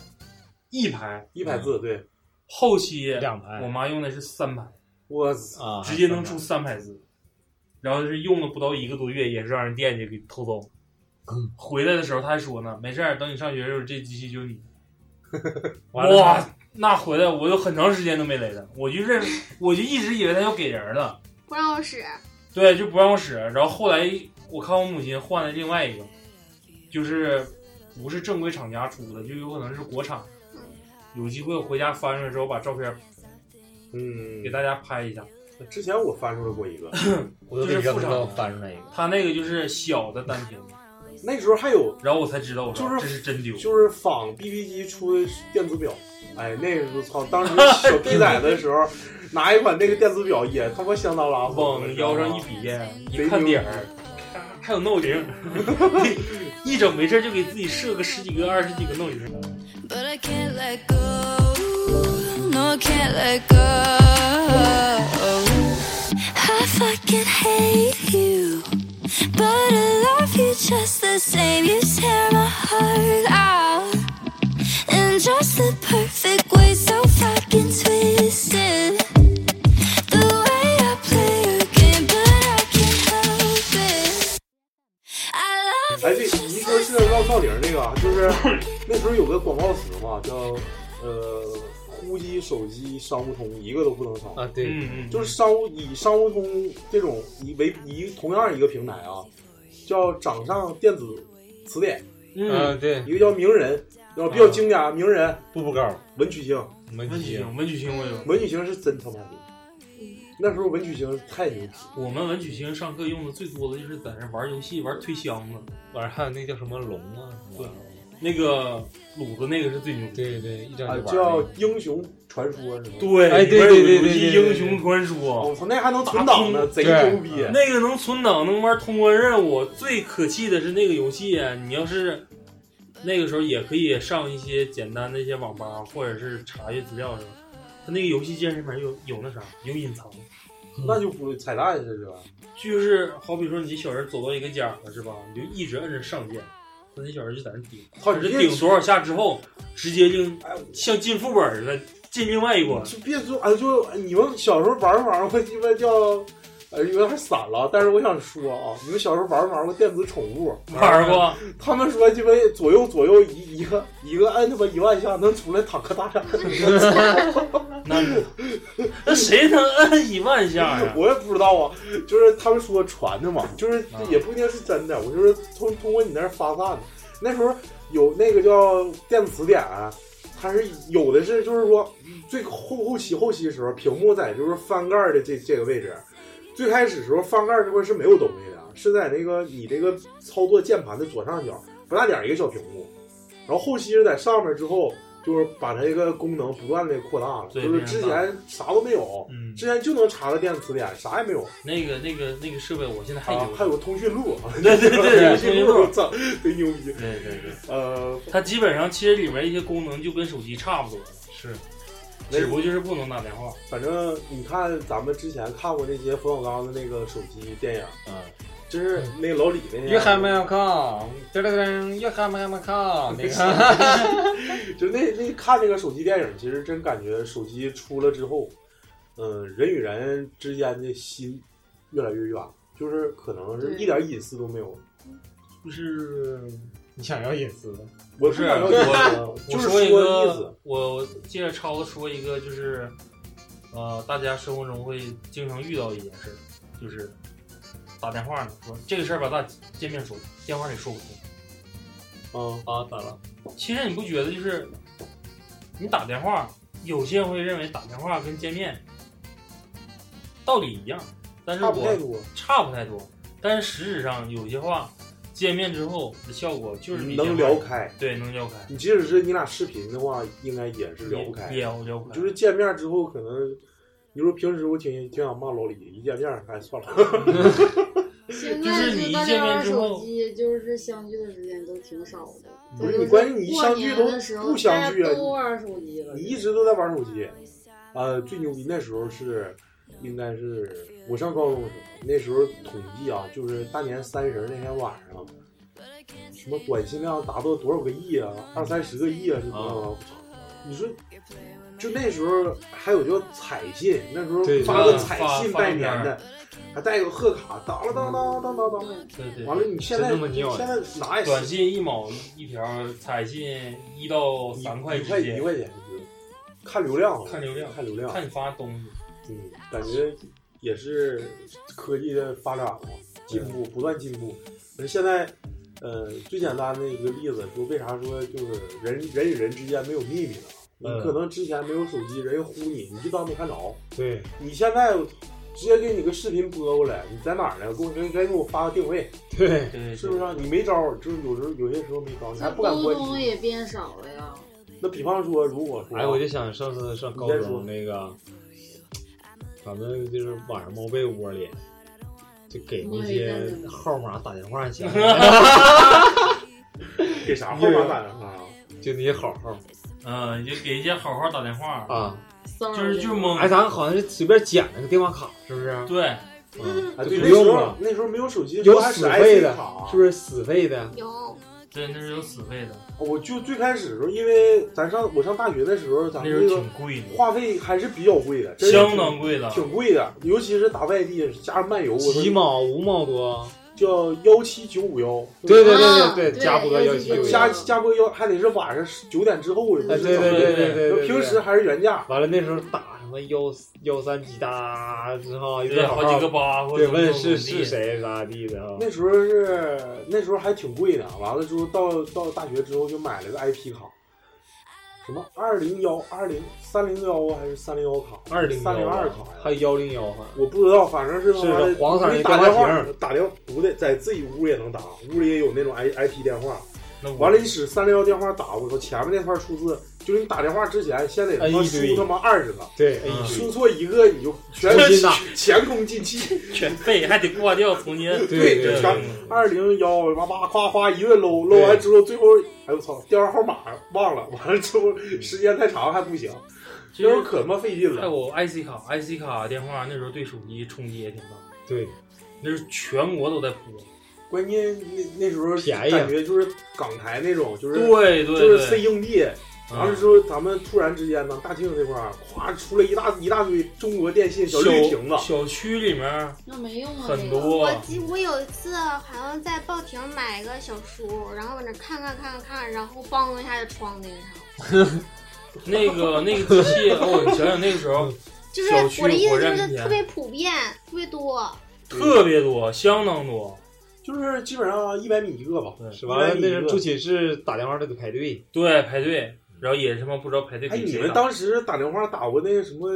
S1: 一排
S3: 一排字，
S1: 啊
S3: 对。
S1: 后期
S5: 两排，
S1: 我妈用的是三排，
S3: 我
S5: 啊
S1: 直接能出三排字，然后是用了不到一个多月，也是让人惦记给偷走。回来的时候他还说呢，没事儿，等你上学的时候这机器就是你。
S5: 完了
S1: 哇，那回来我有很长时间都没雷他，我就认，我就一直以为他要给人了，
S4: 不让我使，
S1: 对，就不让我使。然后后来我看我母亲换了另外一个，就是不是正规厂家出的，就有可能是国产。有机会我回家翻出来之后把照片，
S3: 嗯，
S1: 给大家拍一下。
S3: 之前我翻出来过一个，
S1: 我就是副厂的
S5: 翻出来一个，
S1: 他那个就是小的单屏，
S3: 那时候还有，
S1: 然后我才知道，我说
S3: 就是
S1: 这是真丢。
S3: 就是仿 BP 机出的电子表。哎，那个我操！ 当时小逼崽子的时候，拿一款那个电子表也他妈相当拉风，
S1: 往腰上一比，一看点儿，咔还有闹铃， 一整没事就给自己设个十几个、二十几个闹铃。
S2: But I can't let go. No, I can't let go. I fucking hate you. But I love you just the same. You tear my heart out. In just the perfect way, so fucking twisted. The way I play your game, but I can't help it. I love
S3: 哎，对，你一说是绕造铃这个，啊就是 那时候有个广告词嘛，叫呃，呼机、手机、商务通，一个都不能少
S5: 啊。对嗯嗯
S3: 就是商务以商务通这种以为以同样一个平台啊，叫掌上电子词典，
S5: 嗯啊对
S3: 一个叫名人，然
S1: 嗯
S3: 后比较经典啊，名人
S5: 步步高，
S3: 文曲星，
S5: 文
S1: 曲星文曲星我有
S3: 文曲星是真他妈牛，那时候文曲星太牛逼。
S1: 我们文曲星上课用的最多的就是在那玩游戏、玩推箱子，
S5: 晚上还有那叫什么龙啊，
S1: 对，那个鲁子那个是最牛逼。
S5: 对对，一整
S3: 啊，
S5: 就玩
S3: 叫英雄传说是吗？哦
S1: 对，
S5: 哎对
S1: 里面
S5: 对
S1: 有游
S5: 对对
S1: 戏
S5: 对对
S1: 英雄传说，
S3: 我操，那还能存档呢，贼牛逼！
S1: 那个能存档，能玩通关任务。最可气的是那个游戏，啊你要是那个时候也可以上一些简单的一些网吧，或者是查阅资料什么。它那个游戏界面上有有那啥，有隐藏。
S3: 那就不彩蛋是吧？
S1: 就是好比说你小人走到一个家了是吧？你就一直摁着上键，他那小人就在那顶，
S3: 操
S1: 他是
S3: 你这
S1: 顶多少下之后，直接就像进副本似的进另外一关。
S3: 就别说，哎，就你们小时候玩没玩过鸡巴叫，呃，有点散了。但是我想说啊，你们小时候玩没玩过电子宠物？
S1: 玩过。
S3: 他们说鸡巴左右左右一一个一个按他妈一万下能出来坦克大战。
S1: 那那谁能摁一万下呀？
S3: 我也不知道啊，就是他们说传的嘛，就是
S1: 啊
S3: 也不一定是真的，我就是通通过你那儿发散的。那时候有那个叫电子词典，它是有的是就是说最后后期后期的时候，屏幕在就是翻盖儿的这这个位置，最开始时候翻盖儿这块是没有东西的，是在那个你这个操作键盘的左上角不大点儿一个小屏幕，然后后期是在上面之后。就是把它这个功能不断的扩大了，
S1: 对
S3: 就是之
S1: 变大嗯了
S3: 前啥都没有，之前就能查个电子词典，啥也没有。
S1: 那个那个那个设备，我现在还有
S3: 啊，
S1: 呢。
S3: 还有通讯录，
S1: 对对 对有
S3: 通
S1: 通讯
S3: 讯
S1: 录
S3: 录，操，贼牛逼。
S1: 对对对，
S3: 呃，
S1: 它基本上其实里面一些功能就跟手机差不多，是，
S3: 那
S1: 只不过就是不能打电话。
S3: 反正你看咱们之前看过那些冯小刚的那个手机电影，
S5: 嗯，
S3: 就是那个老李那
S5: 约翰
S3: 样，
S5: 麦克康，噔噔噔，约翰麦克康，那 个。
S3: 就那那看那个手机电影，其实真感觉手机出了之后，嗯、人与人之间的心越来越远，就是可能是
S1: 对
S3: 一点隐私都没有。
S1: 就是
S5: 你想要隐私吗？
S3: 我
S1: 不是
S3: 不想要隐私
S1: 我，
S3: 就
S1: 我
S3: 是
S1: 说一
S3: 说意思
S1: 个，我接着超子说一个，就是呃，大家生活中会经常遇到一件事儿，就是打电话呢，说这个事儿吧，咱见面说，电话里说不通。
S3: 嗯
S5: 啊，咋了？
S1: 其实你不觉得就是你打电话，有些人会认为打电话跟见面道理一样，但是
S3: 差不太
S1: 我
S3: 多
S1: 差不太多，但是实质上有些话见面之后的效果就是比
S3: 能
S1: 电话
S3: 聊开
S1: 对，能聊开。
S3: 你即使是你俩视频的话，应该也是聊不开，
S1: 也也聊不开
S3: 就是见面之后，可能你说平时我挺挺想骂老李，一见面哎算了。
S6: 现
S1: 就
S6: 在
S1: 是你一
S6: 大
S1: 见
S6: 家
S1: 面
S6: 玩
S1: 之
S6: 手
S1: 后嗯
S6: 机就是相聚的时间都挺少的，
S3: 不
S6: 就是
S3: 你关键你
S6: 过
S3: 相聚
S6: 年
S3: 都
S6: 的时候
S3: 不相聚
S6: 大
S3: 啊
S6: 家都玩手机了
S3: 你，一直都在玩手机。呃，最牛逼那时候是，应该是我上高中的时候，那时候统计啊，就是大年三十那天晚上，什么短信量达到多少个亿啊，二三十个亿啊，是多少啊？你说，就那时候还有叫彩信，那时候
S5: 对
S3: 发个
S5: 发
S3: 彩
S5: 发
S3: 信
S5: 发
S3: 拜
S5: 片
S3: 年的
S5: 儿，
S3: 还带个贺卡，当啷当啷当啷当。
S1: 对对，
S3: 完了你现在真他妈你有现在哪也
S1: 短信一毛一条，彩信一到三块
S3: 一
S1: 之
S3: 块
S1: 间，
S3: 一块钱，看流量，
S1: 看流量，
S3: 看流量，
S1: 看你发的东西。
S3: 嗯，感觉也是科技的发展嘛，进步不断进步。而现在，呃，最简单的一个例子，说为啥说就是人人与人之间没有秘密了？你
S5: 嗯
S3: 可能之前没有手机，人呼你，你就当没看着。
S5: 对，
S3: 你现在直接给你个视频拨过来，你在哪儿呢？给我赶紧给我发个定位。
S5: 对
S1: 对
S3: 是不是啊？你没招儿，就是有时候有些时候没招儿，你还不敢
S6: 沟
S3: 关
S6: 通
S3: 机。
S6: 也变少了呀。
S3: 那比方说，如果说啊，
S5: 哎，我就想上次上高
S3: 你先说
S5: 中那个，咱们就是晚上猫被窝里，就给那些号码打电 话响，
S3: 给啥号码打电话啊？
S5: 就那些好号
S1: 嗯，你就给人家好好打电话。
S5: 啊，
S1: 就是就蒙
S5: 哎，咱好像是随便捡了个电话卡，是不是？
S1: 对，
S5: 嗯，
S3: 啊，
S5: 就
S3: 对，
S5: 不
S3: 那时
S5: 用
S3: 候
S5: 了，
S3: 那时候没有手机，
S5: 有
S3: 还使
S5: 死费
S3: IC
S5: 的
S3: 卡，啊
S5: 是不是死费的？
S4: 有，
S1: 对，那是有死费的，
S3: 我就最开始的时候，因为咱上我上大学的时候，咱
S1: 那时候
S3: 们这个
S1: 挺啊贵的，
S3: 话费还是比较贵的，真是
S1: 相当贵的。
S3: 挺贵的，尤其是打外地加上漫游，我
S5: 几
S3: 说
S5: 毛五毛多？
S3: 叫幺七九五幺，
S5: 对对
S6: 啊
S5: 对对
S6: 对
S5: 加不到幺七
S6: 17951
S3: 加加过幺还得是晚上九点之后的，
S5: 哎，对对对对对对，
S3: 平时还是原价。
S5: 完了那时候打什么幺幺三几哒之后，一
S1: 对，
S5: 顿
S1: 好
S5: 好
S1: 几个八或
S5: 对
S1: 者
S5: 问
S1: 怎么
S5: 是
S1: 怎么地
S5: 是谁咋地的啊？
S3: 那时候是那时候还挺贵的，完了之后到到大学之后就买了个 IP 卡，什么二零幺、二零三零幺啊还是三零幺卡，
S5: 二零
S3: 三零二卡呀
S5: 还有幺零幺哈，
S3: 我不知道，反正是他妈
S5: 是
S3: 的
S5: 是黄色那
S3: 你打
S5: 电
S3: 电
S5: 话
S3: 话
S5: 亭
S3: 打电话不对，在自己屋也能打，屋里也有那种 I I P 电话。
S1: 那我
S3: 完了，你使三零幺电话打，我操，前面那串数字，就是你打电话之前，先得他妈
S5: 摁一
S3: 输
S5: 堆
S3: 他妈二十个，
S5: 对，
S1: 嗯
S5: 哎
S3: 输错一个你就全
S5: 重新打
S3: 前空尽弃。
S1: 全费还得挂掉重新。
S5: 对
S3: 对，
S5: 对
S3: 全二零幺哇哇夸夸一顿搂搂完之后，最后哎我操，电话号码忘了，完了之后时间太长还不行，
S1: 其实
S3: 可他妈费劲了。
S1: 哎，我 IC 卡 IC 卡电话那时候对手机冲击也挺大，
S5: 对，
S1: 那是全国都在铺。
S3: 关键那那时候
S1: 便宜
S3: 感觉就是港台那种，就是
S1: 对对
S3: 就是
S1: 对嗯
S3: 塞硬币。然后之后咱们突然之间呢，大庆这块儿咵出来一大一大堆中国电信小绿瓶子，
S1: 小区里面
S4: 那没用
S1: 啊很多
S4: 哦我记我有一次好像在报亭买个小书，然后往那看看看看看，然后梆一下就撞那个上。
S1: 那个那个机器，哦，你想想那个时候，
S4: 就是
S1: 小区
S4: 我的意
S1: 火
S4: 思
S1: 焰
S4: 就
S1: 面
S4: 是
S1: 前
S4: 特别普遍，特别多。
S1: 特别多，相当多。
S3: 就是基本上一百米一个吧，
S5: 是
S3: 一
S5: 吧
S3: 百？米
S5: 那
S3: 一
S5: 是
S3: 个
S5: 住寝室打电话都得排队，
S1: 对，排队，然后也他妈不知道排队
S3: 哎，
S1: 给
S3: 你
S1: 谁啊
S3: 们
S1: 打。
S3: 当时打电话打过那个什么，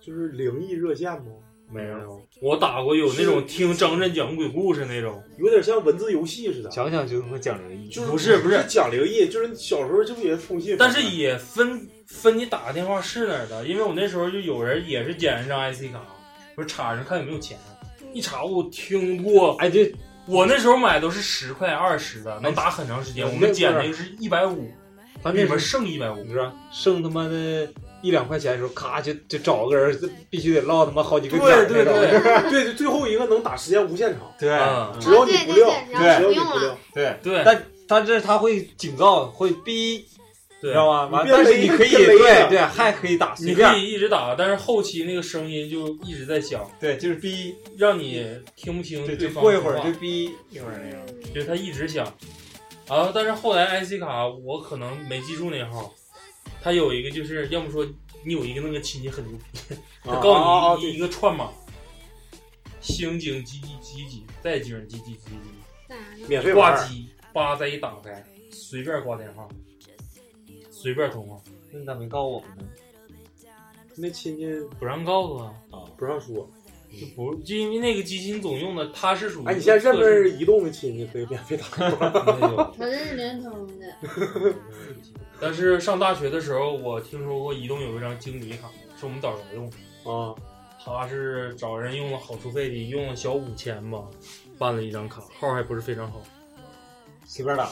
S3: 就是灵异热线吗？没有，
S1: 我打过有那种听张震讲鬼故事那种，
S3: 有点像文字游戏似的。
S5: 想想就他妈讲灵异，
S3: 就是
S1: 不是不是
S3: 讲灵异，就是你小时候这不也通信？
S1: 但是也分分你打个电话是哪儿的，因为我那时候就有人也是捡一张 IC 卡，我插上看有没有钱，一查我听过，
S5: 哎对，
S1: 我那时候买都是十块二十的，能打很长时
S5: 哎
S1: 间。我们捡的就是一百五，
S5: 他
S1: 里
S5: 那
S1: 面剩一百五，
S5: 你知道，剩他妈的一两块钱的时候，咔就就找个人，必须得落他妈好几个
S3: 对
S5: 点儿
S3: 对
S5: 那种
S3: 对 对对，最后一个能打时间无限长，
S5: 啊对
S3: 嗯只要你不撂，只要你不撂，
S5: 对
S1: 啊对，
S5: 但但是他会警告，会逼，
S1: 对
S5: 知道吗？完，
S1: 你别
S5: 但是
S1: 勒
S5: 你可以
S1: 别勒
S5: 对
S1: 着
S5: 对，还可以打，
S1: 你
S5: 随便
S1: 可以一直打，但是后期那个声音就一直在响，
S5: 对，就是逼，
S1: 让你听不清
S5: 对
S1: 对
S5: 就
S1: 方
S5: 过一会儿
S1: 说话
S5: 就逼一会儿那样，
S1: 就是它一直响。啊，但是后来 IC 卡我可能没记住那号，它有一个就是要么说你有一个那个亲戚很牛逼，
S5: 啊
S1: 他
S3: 啊
S1: 告诉你一一个串码，星井几几几几，再井几几几几，
S3: 免费玩
S1: 挂
S3: 儿
S1: 机，叭再一打开，随便挂电话，随便通话。
S5: 那你咋没告诉我们呢？
S3: 那亲戚
S1: 不让告诉啊，
S3: 不让说。
S1: 就不就因为那个机器你总用的，它是属于
S3: 嗯哎，你现在认不
S1: 特
S3: 认
S1: 殊
S3: 识移动的亲戚可以免费打？
S6: 我这是联通的，
S1: 但是上大学的时候，我听说过移动有一张经理卡，是我们导员用的
S3: 啊。
S1: 他是找人用了好处费的，用了小五千吧，办了一张卡，号还不是非常好，
S5: 随便打，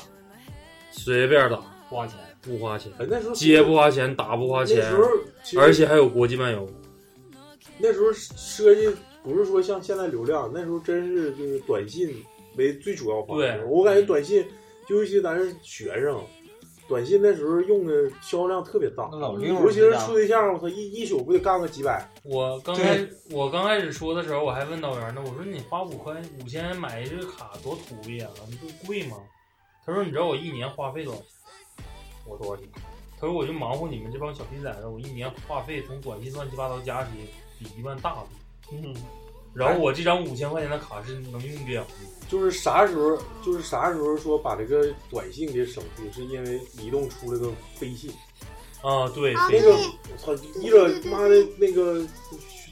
S1: 随便打，
S5: 不花钱，
S1: 不花钱
S3: 哎。那时候
S1: 接不花钱，打不花
S3: 那
S1: 钱
S3: 时候其，实
S1: 而且还有国际漫游。
S3: 那时候设计不是说像现在流量，那时候真是就是短信为最主要方式。
S1: 对嗯
S3: 我感觉短信，尤其咱是学生，短信那时候用的销量特别大。
S5: 老六
S3: 尤其是处对象，我操，一一宿不得干个几百？
S1: 我刚开我刚开始说的时候，我还问导员呢，我说你花五块五千买这个卡多土鳖啊，你不贵吗？他说你知道我一年花费多少钱？我多少钱？他说我就忙活你们这帮小逼崽子，我一年话费从短信乱七八糟加起比一万大了。
S5: 嗯，
S1: 然后我这张五千块钱的卡是能用两年。
S3: 就是啥时候，就是啥时候说把这个短信给省去，是因为移动出了个飞信。
S1: 啊，对，
S3: 那个我操，一整妈的那个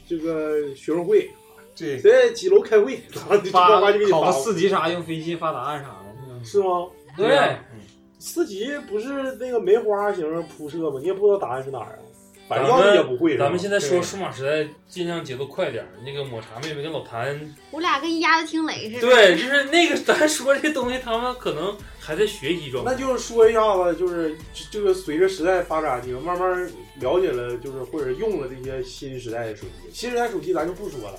S3: 这个学生会，
S5: 对，
S3: 在几楼开会，然后就叭叭就给你
S5: 考
S3: 发
S5: 个四级啥用飞信发答案啥的，
S3: 是吗？
S1: 对
S3: 啊，
S5: 嗯
S3: 四级不是那个梅花型铺设吗？你也不知道答案是哪儿啊，反正
S1: 咱
S3: 要
S1: 们
S3: 是也不会。
S1: 咱们现在说数
S3: 码，
S1: 码时代，尽量节奏快点儿。那个抹茶妹妹跟老谭
S4: 我俩跟鸭子听雷似的。
S1: 对，就是那个咱说这东西，他们可能还在学习中。
S3: 那就是说一下子，就是这这个随着时代发展，你们慢慢了解了，就是或者用了这些新时代的手机。新时代手机咱就不说了，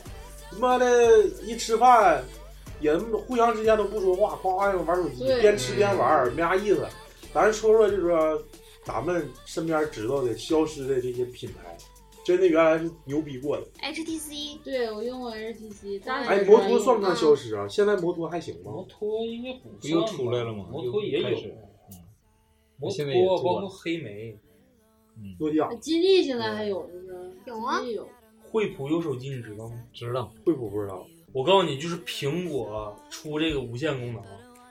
S3: 他妈的一吃饭也互相之间都不说话，夸夸就玩手机，
S6: 对
S3: 边吃边玩，没啥意思。咱说说就是说咱们身边知道的消失的这些品牌，真的原来是牛逼过的。
S4: HTC，
S6: 对我用过 HTC，大
S3: 哎，摩托算不算消失啊？现在摩托还行吗？
S1: 摩托应该不
S5: 不又出来了吗？
S1: 摩托也
S5: 又开始
S1: 有，摩
S5: 现在也
S1: 托
S5: 做
S1: 包括
S5: 了
S1: 黑莓，
S3: 诺基亚
S6: 吉利现在还有是不是？有啊，有。
S1: 惠普有手机，你知道吗？
S5: 知道。
S3: 惠普不知道。
S1: 我告诉你，就是苹果出这个无线功能，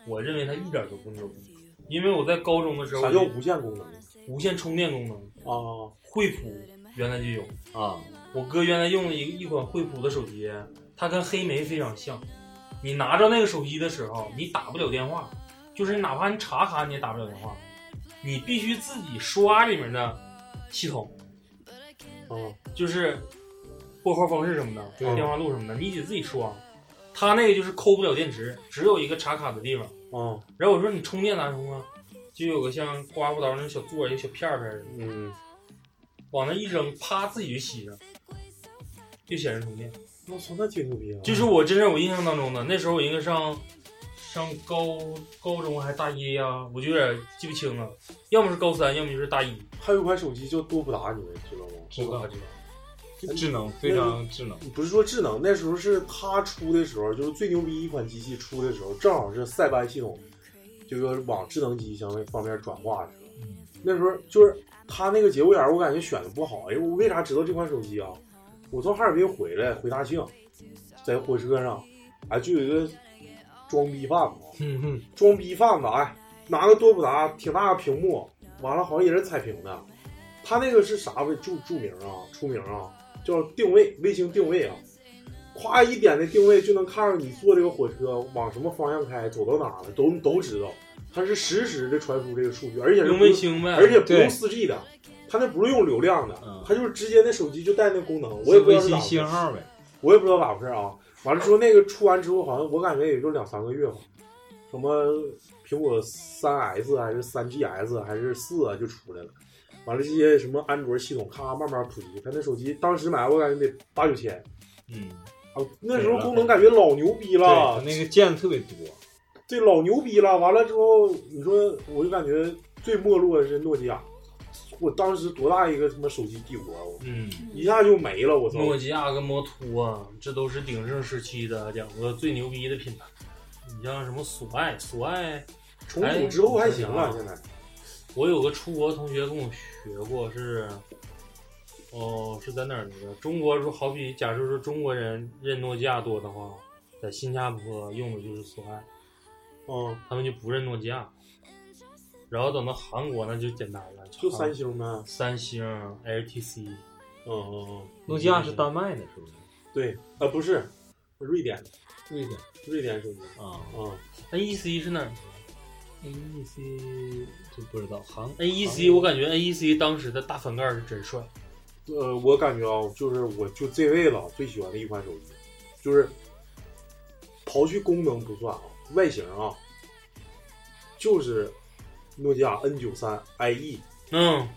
S1: 我认为它一点都不牛逼，因为我在高中的时候，
S3: 啥叫无线功能？
S1: 无线充电功能
S3: 啊，
S1: 惠普原来就有
S5: 啊。
S1: 我哥原来用了一个一款惠普的手机，它跟黑莓非常像。你拿着那个手机的时候，你打不了电话，就是哪怕你插卡你也打不了电话，你必须自己刷里面的系统，
S3: 哦，
S1: 就是拨号方式什么的，
S5: 对
S1: 电话录什么的，你得自己刷。它那个就是抠不了电池，只有一个插卡的地方。
S3: 哦，
S1: 然后我说你充电咋充啊？就有个像刮胡刀那种小座儿，一个小片儿片儿的。
S3: 嗯，
S1: 往那一扔，啪自己就吸上，就显示充电。
S3: 我操，那挺牛逼啊！
S1: 就是我这是我印象当中的，那时候我应该上上高高中还大一呀、我就有点记不清了，要么是高三，要么就是大一。
S3: 还有一款手机叫多普达，你们知道吗？
S1: 知道
S3: 知
S1: 道
S5: 智能非常智能。
S3: 不是说智能，那时候是它出的时候，就是最牛逼一款机器出的时候，正好是塞班系统这个往智能机相方面转化的时候。
S1: 嗯
S3: 那时候就是它那个节骨眼儿，我感觉选的不好。哎，我为啥知道这款手机啊？我从哈尔滨回来，回大庆，在火车上，哎，就有一个装逼贩子，
S5: 嗯哼，
S3: 装逼贩子，哎，拿个多普达挺大个屏幕，完了好像也是彩屏的，他那个是啥位著著名啊，出名啊，叫定位，卫星定位啊，夸一点的定位就能看着你坐这个火车往什么方向开，走到哪儿了，都都知道，它是实时的传输这个数据，而且是
S1: 用
S3: 不
S1: 卫星呗
S3: 而且不
S1: 对嗯
S3: 用四 G 的，它那不是用流量的，它就是直接那手机就带那功能，我也不知
S5: 微
S3: 道是咋
S5: 信
S3: 回事
S5: 信号呗。
S3: 我也不知道咋回事啊。完了之后，那个出完之后，好像我感觉也就两三个月吧，什么苹果三 S 还是三 GS 还是四啊就出来了。完了，这些什么安卓系统咔慢慢普及。他那手机当时买，我感觉得八九千
S5: 嗯，
S3: 啊，那时候功能感觉老牛逼了
S5: 对，它那个键特别多，
S3: 这老牛逼了。完了之后，你说我就感觉最没落的是诺基亚，我当时多大一个他妈手机帝国啊！我
S1: 嗯，
S3: 一下就没了，我操！
S1: 诺基亚跟摩托啊，这都是鼎盛时期的两个最牛逼的品牌。你像什么索爱，索爱
S3: 重组之后还行了，现在。
S1: 我有个出国同学跟我学过，是，哦，是在哪儿来着？中国如好比假设说中国人认诺基亚多的话，在新加坡用的就是索爱，
S3: 嗯，
S1: 他们就不认诺基亚。然后等到韩国那就简单了，啊
S3: 就三星呗，
S1: 三星、HTC，
S3: 嗯嗯嗯，
S5: 诺基亚是丹麦的，是不是？
S3: 对，啊不是，瑞典的，
S5: 瑞典，
S3: 瑞典手机
S5: 啊
S3: 啊
S1: ，NEC E 是哪儿
S5: ？NEC 就不知道，韩
S1: NEC E 我感觉 NEC 当时的大翻盖是真帅，
S3: 呃，我感觉啊，就是我就这辈子啊最喜欢的一款手机，就是刨去功能不算啊，外形啊，就是诺基亚 N 九三 IE，
S1: 嗯，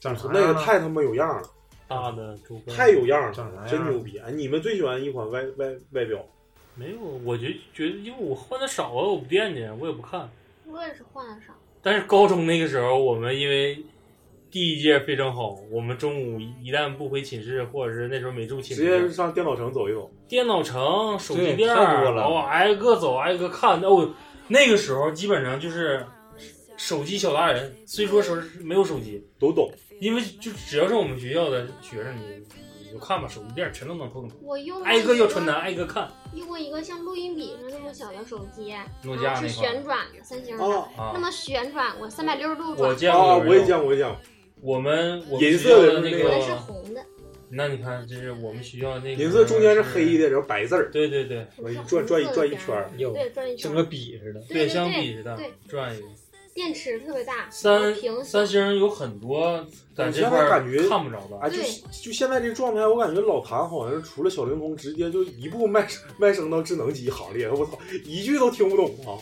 S3: 长那
S5: 啊
S3: 个太他妈有样了，
S1: 大的周边
S3: 太有样
S1: 长啥
S3: 了，
S1: 样
S3: 真牛逼！哎，你们最喜欢一款外外外表？
S1: 没有，我就觉得，因为我换的少啊，我不惦记，我也不看。
S4: 我也是换了啥？
S1: 但是高中那个时候，我们因为第一届非常好，我们中午一旦不回寝室，或者是那时候没住寝
S3: 直接
S1: 室，
S3: 上电脑城走一走，
S1: 电脑城、手机
S3: 对
S1: 店
S3: 太多
S1: 儿，
S3: 了
S1: 哦，挨个走，挨个看。哦，那个时候基本上就是手机小达人，虽说手没有手机，
S3: 都懂，
S1: 因为就只要是我们学校的学生，你你就看吧，手机店儿全都能碰到，
S4: 我用过
S1: 挨个
S4: 一
S1: 要传单，挨个看。
S4: 用过一个像录音笔似的那么小的手机，
S1: 诺基亚
S4: 然后是
S1: 那款
S4: 旋转的，三星的，
S1: 哦啊
S4: 那么旋转过三百六十度转。
S1: 我见过，
S3: 啊我也见过，我也见过。
S1: 我们我们
S3: 银色
S1: 学校的
S3: 的
S1: 那
S3: 是那
S4: 我的是
S1: 个，
S4: 红的，
S1: 那你看，这是我们学校那个
S3: 银色中间是黑的，然后白字儿。
S1: 对对对，
S3: 完转转一转一圈儿。
S4: 对，转一圈
S5: 跟个笔似的，
S4: 对对
S1: 像笔似的
S4: 对，
S1: 转一个。
S4: 电池特别大，
S1: 三
S4: 屏
S1: 三星有很多在
S3: 我
S1: 这
S3: 现
S1: 块
S3: 在
S1: 儿
S3: 感觉
S1: 看不着的，
S3: 哎，就就现在这状态，我感觉老谭好像是除了小灵通，直接就一步迈迈升 到智能机行列。我操，一句都听不懂啊！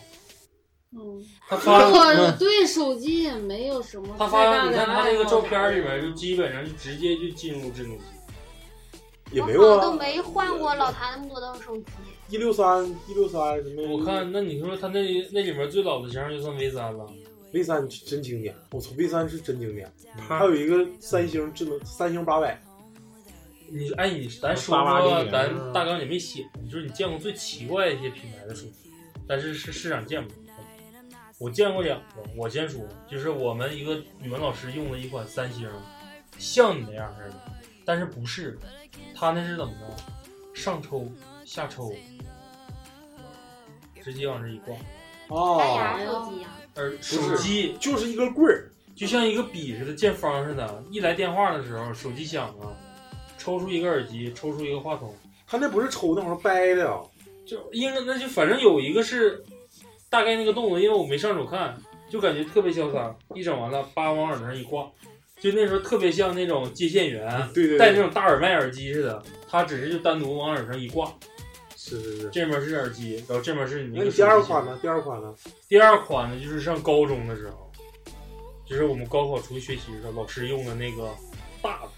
S6: 嗯，
S1: 他 嗯
S6: 我对手机也没有什么
S1: 他
S6: 太
S1: 发
S6: 大
S1: 你
S6: 的
S1: 看他这个
S6: 爱
S1: 照
S6: 好
S1: 片里面，就基本上就直接就进入智能机，
S3: 也没有
S4: 我都
S3: 啊，
S4: 没换过老谭那么多的手机。
S3: 一六三一六三什么？
S1: 我看那你说他那那里面最老的型号就算 V 三了，
S3: V 三真经典，我操，V 三是真经典。
S1: 嗯
S3: 还有一个三星智能三星八百，
S1: 你哎你咱说
S3: 八八
S1: 说
S3: 零
S1: 咱
S3: 啊
S1: 大纲里没写，就是你见过最奇怪的一些品牌的手机，但是是市场见不着。我见过两个，我先说，就是我们一个语文老师用的一款三星，像你那样似的，但是不是，他那是怎么着？上抽下抽，直接往这一挂。
S3: 哦
S4: 蓝牙手机啊，
S1: 而
S3: 不
S1: 手
S3: 是
S1: 机
S3: 就是一根棍儿，
S1: 就像一个笔似的，见方似的。一来电话的时候，手机响了，抽出一个耳机，抽出一个话筒，
S3: 他那不是抽那玩意儿掰的啊，
S1: 就应该那就反正有一个是大概那个动作，因为我没上手看，就感觉特别潇洒。一整完了，叭往耳朵上一挂，就那时候特别像那种接线员，
S3: 对对对
S1: 戴那种大耳麦耳机似的。他只是就单独往耳上一挂，
S3: 是是是。
S1: 这面是耳机，然后这面是你
S3: 那
S1: 那个
S3: 你第二
S1: 手机
S3: 款呢？第二款呢？
S1: 第二款呢，就是上高中的时候，就是我们高考出去学习的时候，老师用的那个大的，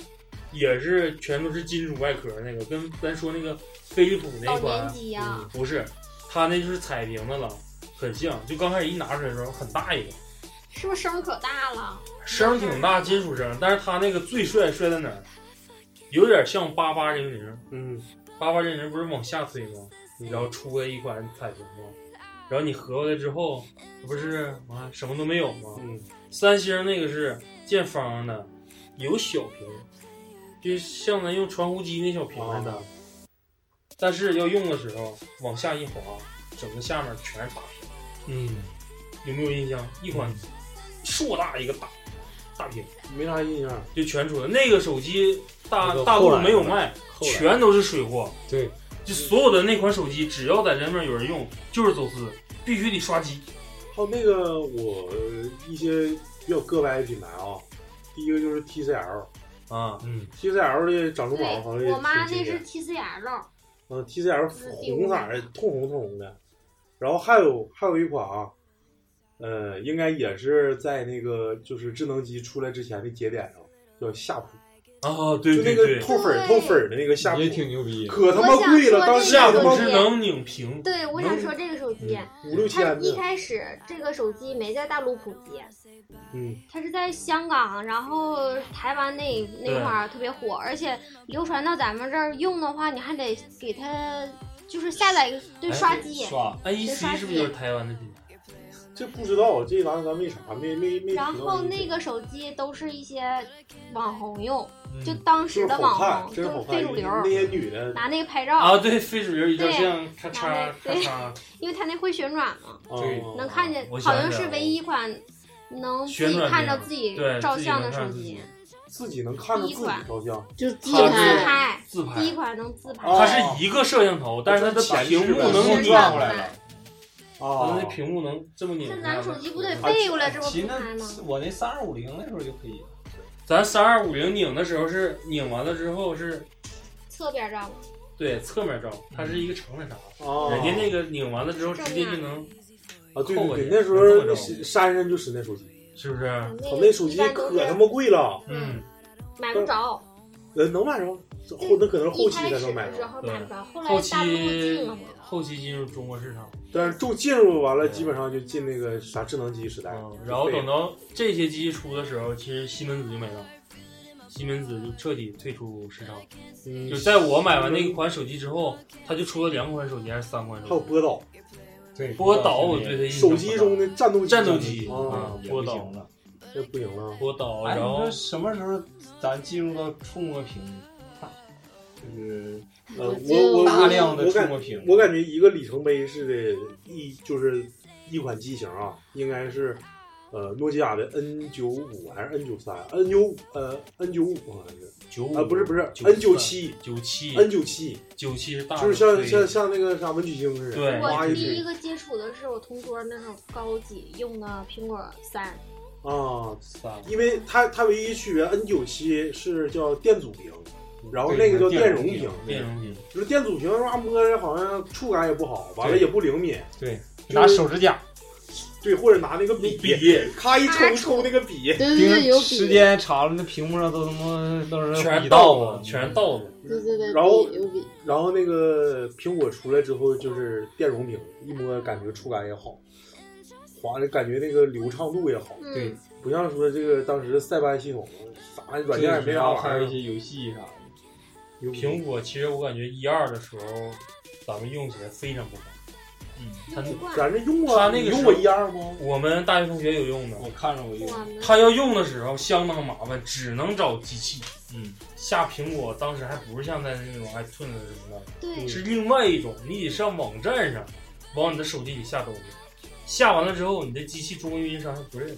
S1: 也是全都是金属外壳那个，跟咱说那个飞普那
S4: 老
S1: 款
S4: 年机啊
S1: 嗯不是，它那就是彩屏的了，很像。就刚开始一拿出来的时候很大一个，
S4: 是不是声儿可大了？
S1: 声儿挺大，金属声儿，但是它那个最帅帅在哪儿？有点像八八零零，嗯，八八零零不是往下推吗？然后出了一款彩屏吗？然后你合过来之后，不是完什么都没有吗？嗯，三星那个是见方的，有小屏，就像咱用传呼机那小屏似的，但是要用的时候往下一滑，整个下面全是大屏。
S5: 嗯，
S1: 有没有印象？一款硕大一个大大屏，没啥印象，就全出了。那个手机大
S5: 那个
S1: 大
S5: 后
S1: 陆
S5: 来的
S1: 没有卖，
S5: 后来的
S1: 全都是水货。
S5: 对，
S1: 就所有的那款手机，只要在这面有人用，就是走私，必须得刷机。
S3: 还有那个我呃一些比较个歪的品牌啊，第一个就是 TCL
S1: 啊，
S5: 嗯
S3: ，TCL 的长猪
S4: 对
S3: 毛好像，也
S4: 我妈
S3: 挺
S4: 那
S3: 新鲜
S4: 是 TCL，
S3: 嗯，TCL 红色儿的，通红通红的。然后还有还有一款啊，呃，应该也是在那个就是智能机出来之前的节点上，叫夏普。
S1: 啊，对
S3: 就
S1: 对
S3: 那个
S1: 对，
S3: 透粉儿透粉儿的那个夏普
S5: 也挺牛逼，
S3: 可他妈贵了，当时
S1: 下
S3: 他妈
S1: 不是能拧屏，
S4: 对，我想说这个手机，
S1: 嗯
S3: 五六
S4: 它
S3: 千
S4: 一
S3: 的，
S4: 开始这个手机没在大陆普及，
S3: 嗯，
S4: 它是在香港，然后台湾那那块儿特别火，而且流传到咱们这儿用的话，你还得给它就是下载一个
S1: 哎
S4: 对刷机，
S1: ，N
S4: 对
S1: E
S4: 刷
S1: C 是不是就是
S4: 机。
S1: 台湾的品牌？
S3: 这不知道，这玩意儿咱没啥，没没没提到
S4: 然
S3: 这个。
S4: 后那个手机都是一些网红用，
S1: 嗯
S4: 就当时的网红，
S3: 真
S4: 就是
S3: 好
S4: 是
S3: 看，
S4: 非主
S3: 真是
S4: 流
S3: 好，看。那些女的
S4: 拿那个拍照
S1: 啊，对，非主流一照
S4: 对
S1: 相，咔
S4: 拿
S1: 嚓咔
S4: 那对
S1: 嚓，
S4: 因为它那会旋转嘛，
S1: 对，
S5: 哦
S4: 能看见，
S1: 哦我
S4: 好
S1: 想
S4: 像
S1: 起
S4: 是
S1: 来了
S4: 唯一一款能自
S1: 旋
S4: 己
S1: 转
S4: 看
S1: 屏
S4: 到自己
S1: 对
S4: 照
S1: 自己
S4: 相
S1: 能
S4: 的
S1: 看
S4: 手
S1: 自
S4: 机
S1: 己，
S3: 自己能看着
S4: 第一
S3: 自己
S4: 款
S3: 照相，
S6: 就
S1: 自拍
S4: 拍，
S1: 自拍哦
S4: 第一款能自拍，
S5: 哦
S1: 它是一个摄像头，但是它的屏幕能转过来了，它
S5: 哦
S3: 啊
S1: 那屏幕能这么拧
S4: 这
S1: 开
S4: 咱
S1: 吗
S4: 手机不得背过来这么
S5: 其
S4: 自
S5: 啊那
S4: 拍吗？
S5: 我那三二五零那时候就可以了，
S1: 咱三二五零拧的时候是拧完了之后是
S4: 侧边照，
S1: 对侧面照，它是一个长的啥，
S3: 啊，
S1: 人家那个拧完了之后直接就
S4: 哦
S1: 能
S3: 啊，对
S1: 扣
S3: 对
S1: 过去
S3: 对，那时候
S1: 能这么
S3: 是
S1: 着
S3: 珊珊就使那手机，
S1: 是不是？
S4: 那
S3: 操，
S4: 个
S3: 那手机
S4: 一般都
S3: 可
S4: 是
S3: 他妈贵了，
S1: 嗯，
S4: 买不着，
S3: 呃，能买着吗？后那可能后
S4: 一
S3: 期
S4: 开
S3: 才
S4: 始
S3: 能买
S4: 的时
S3: 着，
S4: 候
S1: 对
S4: 买不着，后来
S1: 后
S4: 嗯大陆进
S1: 期
S4: 了嘛，
S1: 后期进入中国市场，
S3: 但是就进入完了，基本上就进那个啥智能机时代
S1: 嗯，，然后
S3: 就废
S1: 等
S3: 了
S1: 到这些机出的时候，其实西门子就没了，西门子就彻底退出市场。
S3: 嗯
S1: 就在我买完那款手机之后，它就出了两款手机还是三款手
S3: 还有
S1: 机？
S3: 波导
S5: 对，
S1: 波导我对它印象
S3: 手
S1: 不大
S3: 机中的战斗
S1: 嗯战斗机
S3: 啊，
S1: 嗯
S5: 也
S1: 波
S5: 不
S1: 导
S5: 行了。
S3: 这不行了，
S1: 波导，
S5: 哎，你
S1: 然后
S5: 说什么时候咱进入到触摸屏？就是
S3: 呃，我
S6: 就
S3: 我
S5: 大量的
S3: 我
S5: 触
S3: 感
S5: 摸屏，
S3: 我感觉一个里程碑式的一就是一款机型啊，应该是呃诺基亚的 N 九五还是 N 九三？N 九呃 N 九五好像是
S1: 九
S3: 啊，不是不是 N 九
S1: 九
S3: 七
S1: 九七
S3: ，N 九七
S1: 九七是大的，
S3: 就是像
S1: 对
S3: 像像那个啥文曲星似的，
S1: 对
S3: 哇
S4: 我
S3: 一
S4: 第一
S3: 堆
S4: 个接触的是我同桌那种高级用的苹果三，
S3: 啊，
S1: 三
S3: 因为它它唯一区别 N 九七是叫电阻屏，然后那个叫
S5: 电
S3: 容屏，
S1: 电容屏，
S3: 就是电阻屏的话摸着好像触感也不好，完了
S5: 对
S3: 也不灵敏，
S5: 对，
S3: 就是
S5: 拿手指甲
S3: 对，或者拿那个笔
S1: 笔，笔
S3: 咔一抽抽那个笔，
S6: 对对对，有
S5: 盯，
S6: 笔，
S5: 时间长了，那屏幕上都他妈都是
S1: 全
S5: 笔
S1: 是
S5: 道
S1: 道
S5: 啊嗯子，
S1: 子，全是道子，
S6: 对对对，
S3: 然后
S6: 笔有笔，
S3: 然后那个苹果出来之后就是电容屏，一摸感觉触感也好，滑的感觉那个流畅度也好，
S4: 嗯，
S3: 不像说这个当时塞班系统啥软件也没啥
S5: 还
S3: 玩
S5: 有
S3: 意儿，
S5: 一些游戏啥的。
S3: 有
S1: 苹果其实我感觉一二的时候，咱们用起来非常不方便。嗯，
S4: 惯
S3: 咱这用
S1: 它
S3: 啊，
S1: 那个
S3: 你
S1: 是
S3: 用过一样吗
S1: 它？我们大学同学有用的，
S5: 我看着我就
S4: 我们
S1: 他要用的时候相当麻烦，只能找机器。
S5: 嗯，
S1: 下苹果当时还不是像在那种 iTunes 嗯什么的，
S4: 对，
S1: 是另外一种，你得上网站上，往你的手机里下东西，下完了之后，你的机器中文运营商还不认，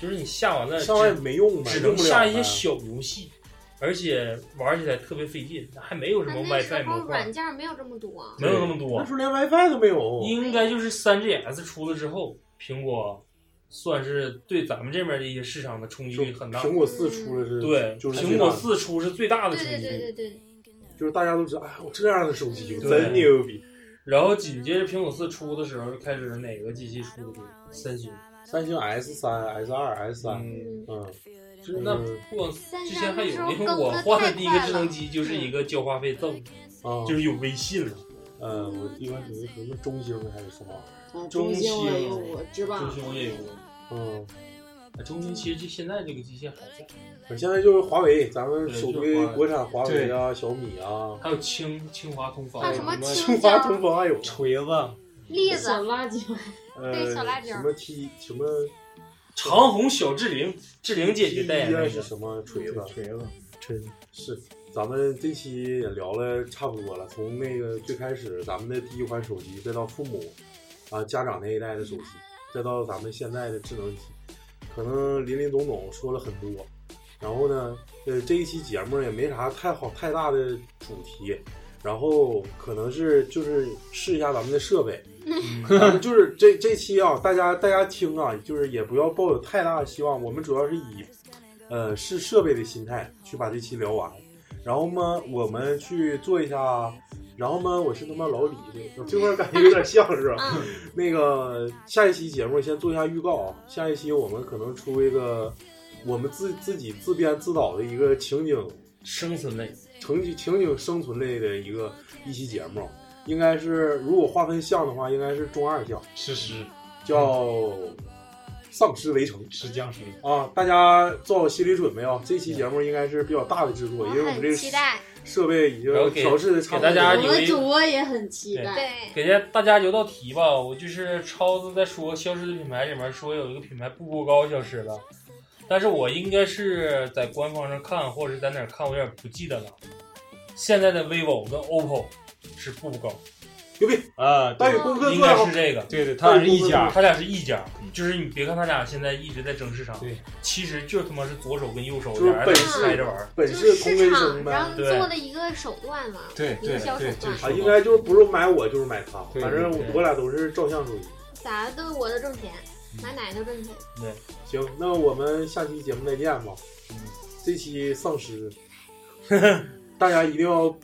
S1: 就是你下完了
S3: 上完也没用呗，
S1: 呃只
S3: 用
S1: 能
S3: 不了
S1: 下
S3: 呗
S1: 一些小游戏，而且玩起来特别费劲，还没有什
S4: 它
S1: 么
S4: 那时
S1: WiFi 模
S4: 候
S1: 块啊
S4: 软，件没有这么多，
S1: 没有那么
S3: 那
S1: 多
S3: 时，候连 WiFi 都没有，
S1: 应该就是 3GS 出了之后，苹果算是对咱们这边的一些市场的冲击
S3: 就
S1: 力很大。
S3: 苹果四出来是，
S1: 对，
S3: 就是
S1: 苹果四出是最大的
S4: 对
S1: 冲
S4: 对
S1: 击
S4: 对对
S1: 力。
S4: 对，
S3: 就是大家都知道，哎，我这样的手机
S1: 对
S3: 真牛逼，
S1: 然后紧接着苹果四出的时候，就开始哪个机器出的多？三星。
S3: 三星 S 三、S 二、S 三，
S1: 嗯，
S4: 嗯，
S3: 嗯，
S1: 就是那不光
S4: 但
S1: 之
S4: 是
S1: 前还有，
S4: 那时候
S1: 因为我
S4: 更得
S1: 换的
S4: 太
S1: 第一
S4: 快
S1: 个
S4: 了嗯
S1: 智能机就是一个交话费赠，
S3: 啊嗯
S1: 就是有微信了。
S3: 呃，
S4: 嗯
S3: 我一般属于什么中兴还是什么？
S1: 中
S6: 啊兴我也
S1: 兴
S6: 用过知吧
S1: 中兴我也用过。
S3: 嗯，
S1: 中兴其实就现在这个机械还在，
S3: 我现在就是华为，咱们
S1: 对
S3: 首
S1: 就
S3: 推
S1: 华为
S3: 国产华为啊、小米啊，
S1: 还有清清华同方，
S4: 还有什么
S3: 清
S4: 青
S3: 华
S4: 椒
S3: 同方还有锤子，
S4: 栗子、
S6: 小辣椒，
S4: 对，
S3: 呃，
S4: 小辣椒
S3: 什。么 T 什么
S1: 长虹小志玲，志玲姐姐代言
S3: 的
S1: 的
S3: 是什么锤子？
S5: 锤子，锤子。
S3: 是，咱们这期也聊了差不多了，从那个最开始咱们的第一款手机，再到父母啊家长那一代的手机，再到咱们现在的智能机，可能林林总总说了很多。然后呢，呃，这一期节目也没啥太好太大的主题，然后可能是就是试一下咱们的设备， 咱们就是这这期啊，大家大家听啊，就是也不要抱有太大的希望，我们主要是以呃是设备的心态去把这期聊完。然后嘛，我们去做一下。然后嘛，我是他妈老李的，这块儿感觉有点像是吧？那个下一期节目先做一下预告啊，下一期我们可能出一个我们自自己自编自导的一个情景
S1: 生存类，
S3: 情景情景生存类的一个一期节目，应该是如果划分项的话，应该是中二项，
S5: 是是，
S3: 叫丧尸围城。
S5: 是僵尸。
S3: 啊，大家做好心理准备啊！这期节目应该是比较大的制作，因为我们这
S4: 很期待，
S3: 设备已经
S1: 然后给
S3: 调试的差不多
S1: 给大家
S6: 我
S1: 有
S6: 们
S1: 一
S6: 主播也很期待。
S4: 对，
S1: 给大家大家留道题吧。我就是超子在说《消失的品牌》里面说有一个品牌步步高消失了，但是我应该是在官方上看，或者是在哪儿看，我有点不记得了。现在的 vivo 跟 OPPO 是步步高，
S3: 牛逼！
S5: 啊，
S3: 大
S5: 对
S3: 宇功课
S1: 应
S3: 做得
S1: 该
S3: 好
S1: 是，这个。
S5: 对对，他俩是一家。
S1: 他俩是一家，就是你别看他俩现在一直在争市场，
S5: 对，
S1: 其实就他妈是左手跟右手
S3: 就是
S1: 俩人
S3: 本
S1: 在
S3: 事
S1: 开着玩儿。
S3: 本
S4: 就是是市
S3: 同根生
S4: 场，
S3: 呗
S4: 然后
S1: 对
S4: 做的一个手段嘛，
S5: 对对
S4: 营销手
S5: 对，就
S4: 段
S5: 是。
S3: 啊，应该就是不是买我就是买它，
S5: 对
S3: 反正
S1: 对对
S3: 我俩都是照相主义。
S4: 啥都我都挣钱，买奶都挣钱。
S1: 对，
S3: 行，那我们下期节目再见吧。这期丧尸，大家一定要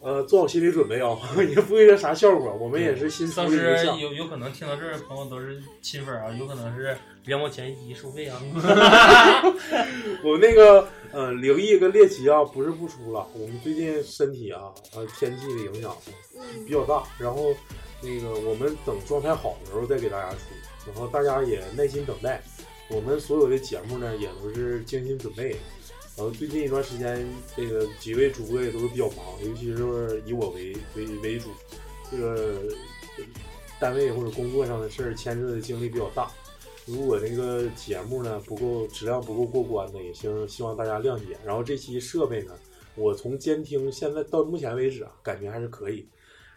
S3: 呃做好心理准备啊， 也不会有啥效果。我们也是新出
S1: 当
S3: 的一
S1: 时
S3: 项，
S1: 有有可能听到这儿的朋友都是亲粉儿啊，有可能是两毛钱一收费 啊。
S3: 我们那个呃灵异跟猎奇啊，不是不出了，我们最近身体啊呃天气的影响
S4: 嗯，
S3: 比较大，然后那个我们等状态好的时候再给大家出，然后大家也耐心等待。我们所有的节目呢，也都是精心准备的。然后最近一段时间，这个几位主播也都是比较忙，尤其是以我为为为主，这个单位或者工作上的事儿牵涉的精力比较大。如果那个节目呢不够质量不够过关的，也希望希望大家谅解。然后这期设备呢，我从监听现在到目前为止啊，感觉还是可以。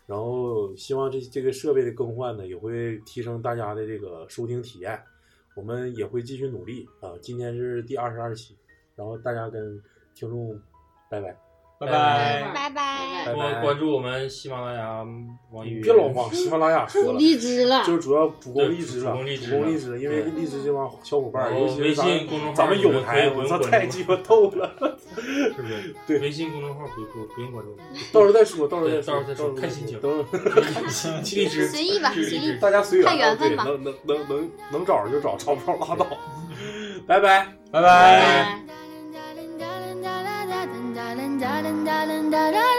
S3: 然后希望这这个设备的更换呢，也会提升大家的这个收听体验。我们也会继续努力啊、今天是第二十二期，然后大家跟听众拜拜。
S5: 拜
S3: 嗯
S1: 拜
S3: 哎
S5: 拜。
S4: 拜拜
S6: 拜。
S3: 拜
S1: 关关注我们喜马拉雅网易
S3: 你
S1: 云，
S3: 别老往喜马拉雅说
S6: 主
S3: 了，
S6: 荔枝
S4: 啊
S6: 了，
S3: 就是主要主攻荔枝了，
S1: 嗯对主攻荔
S3: 主
S1: 枝
S3: 攻荔枝，因为
S1: 对
S3: 荔枝这帮小伙伴儿，
S1: 然
S3: 尤
S1: 后
S3: 其
S1: 微
S3: 是咱
S1: 信
S3: 们
S1: 公众号
S3: 咱们
S1: 有
S3: 有台，我操，太鸡巴逗了。
S1: 是不是？
S3: 对
S1: 微信公众号不不不用关注，
S3: 到时候再说，到时候
S1: 对到
S3: 再
S1: 时
S3: 说，
S1: 候再
S3: 到时候
S1: 说
S3: 再
S1: 看心情
S3: 等会儿
S1: 荔枝
S4: 随意吧
S1: 荔枝
S4: 随意
S3: 大家随缘啊，
S4: 看缘分
S3: 对
S4: 吧
S3: 能能能能能找着就找， 找不着拉倒。拜拜。
S6: 拜
S5: 拜拜。
S6: 拜
S2: Darling, darling, darling, darling, darling, darling, darling, darling, darling.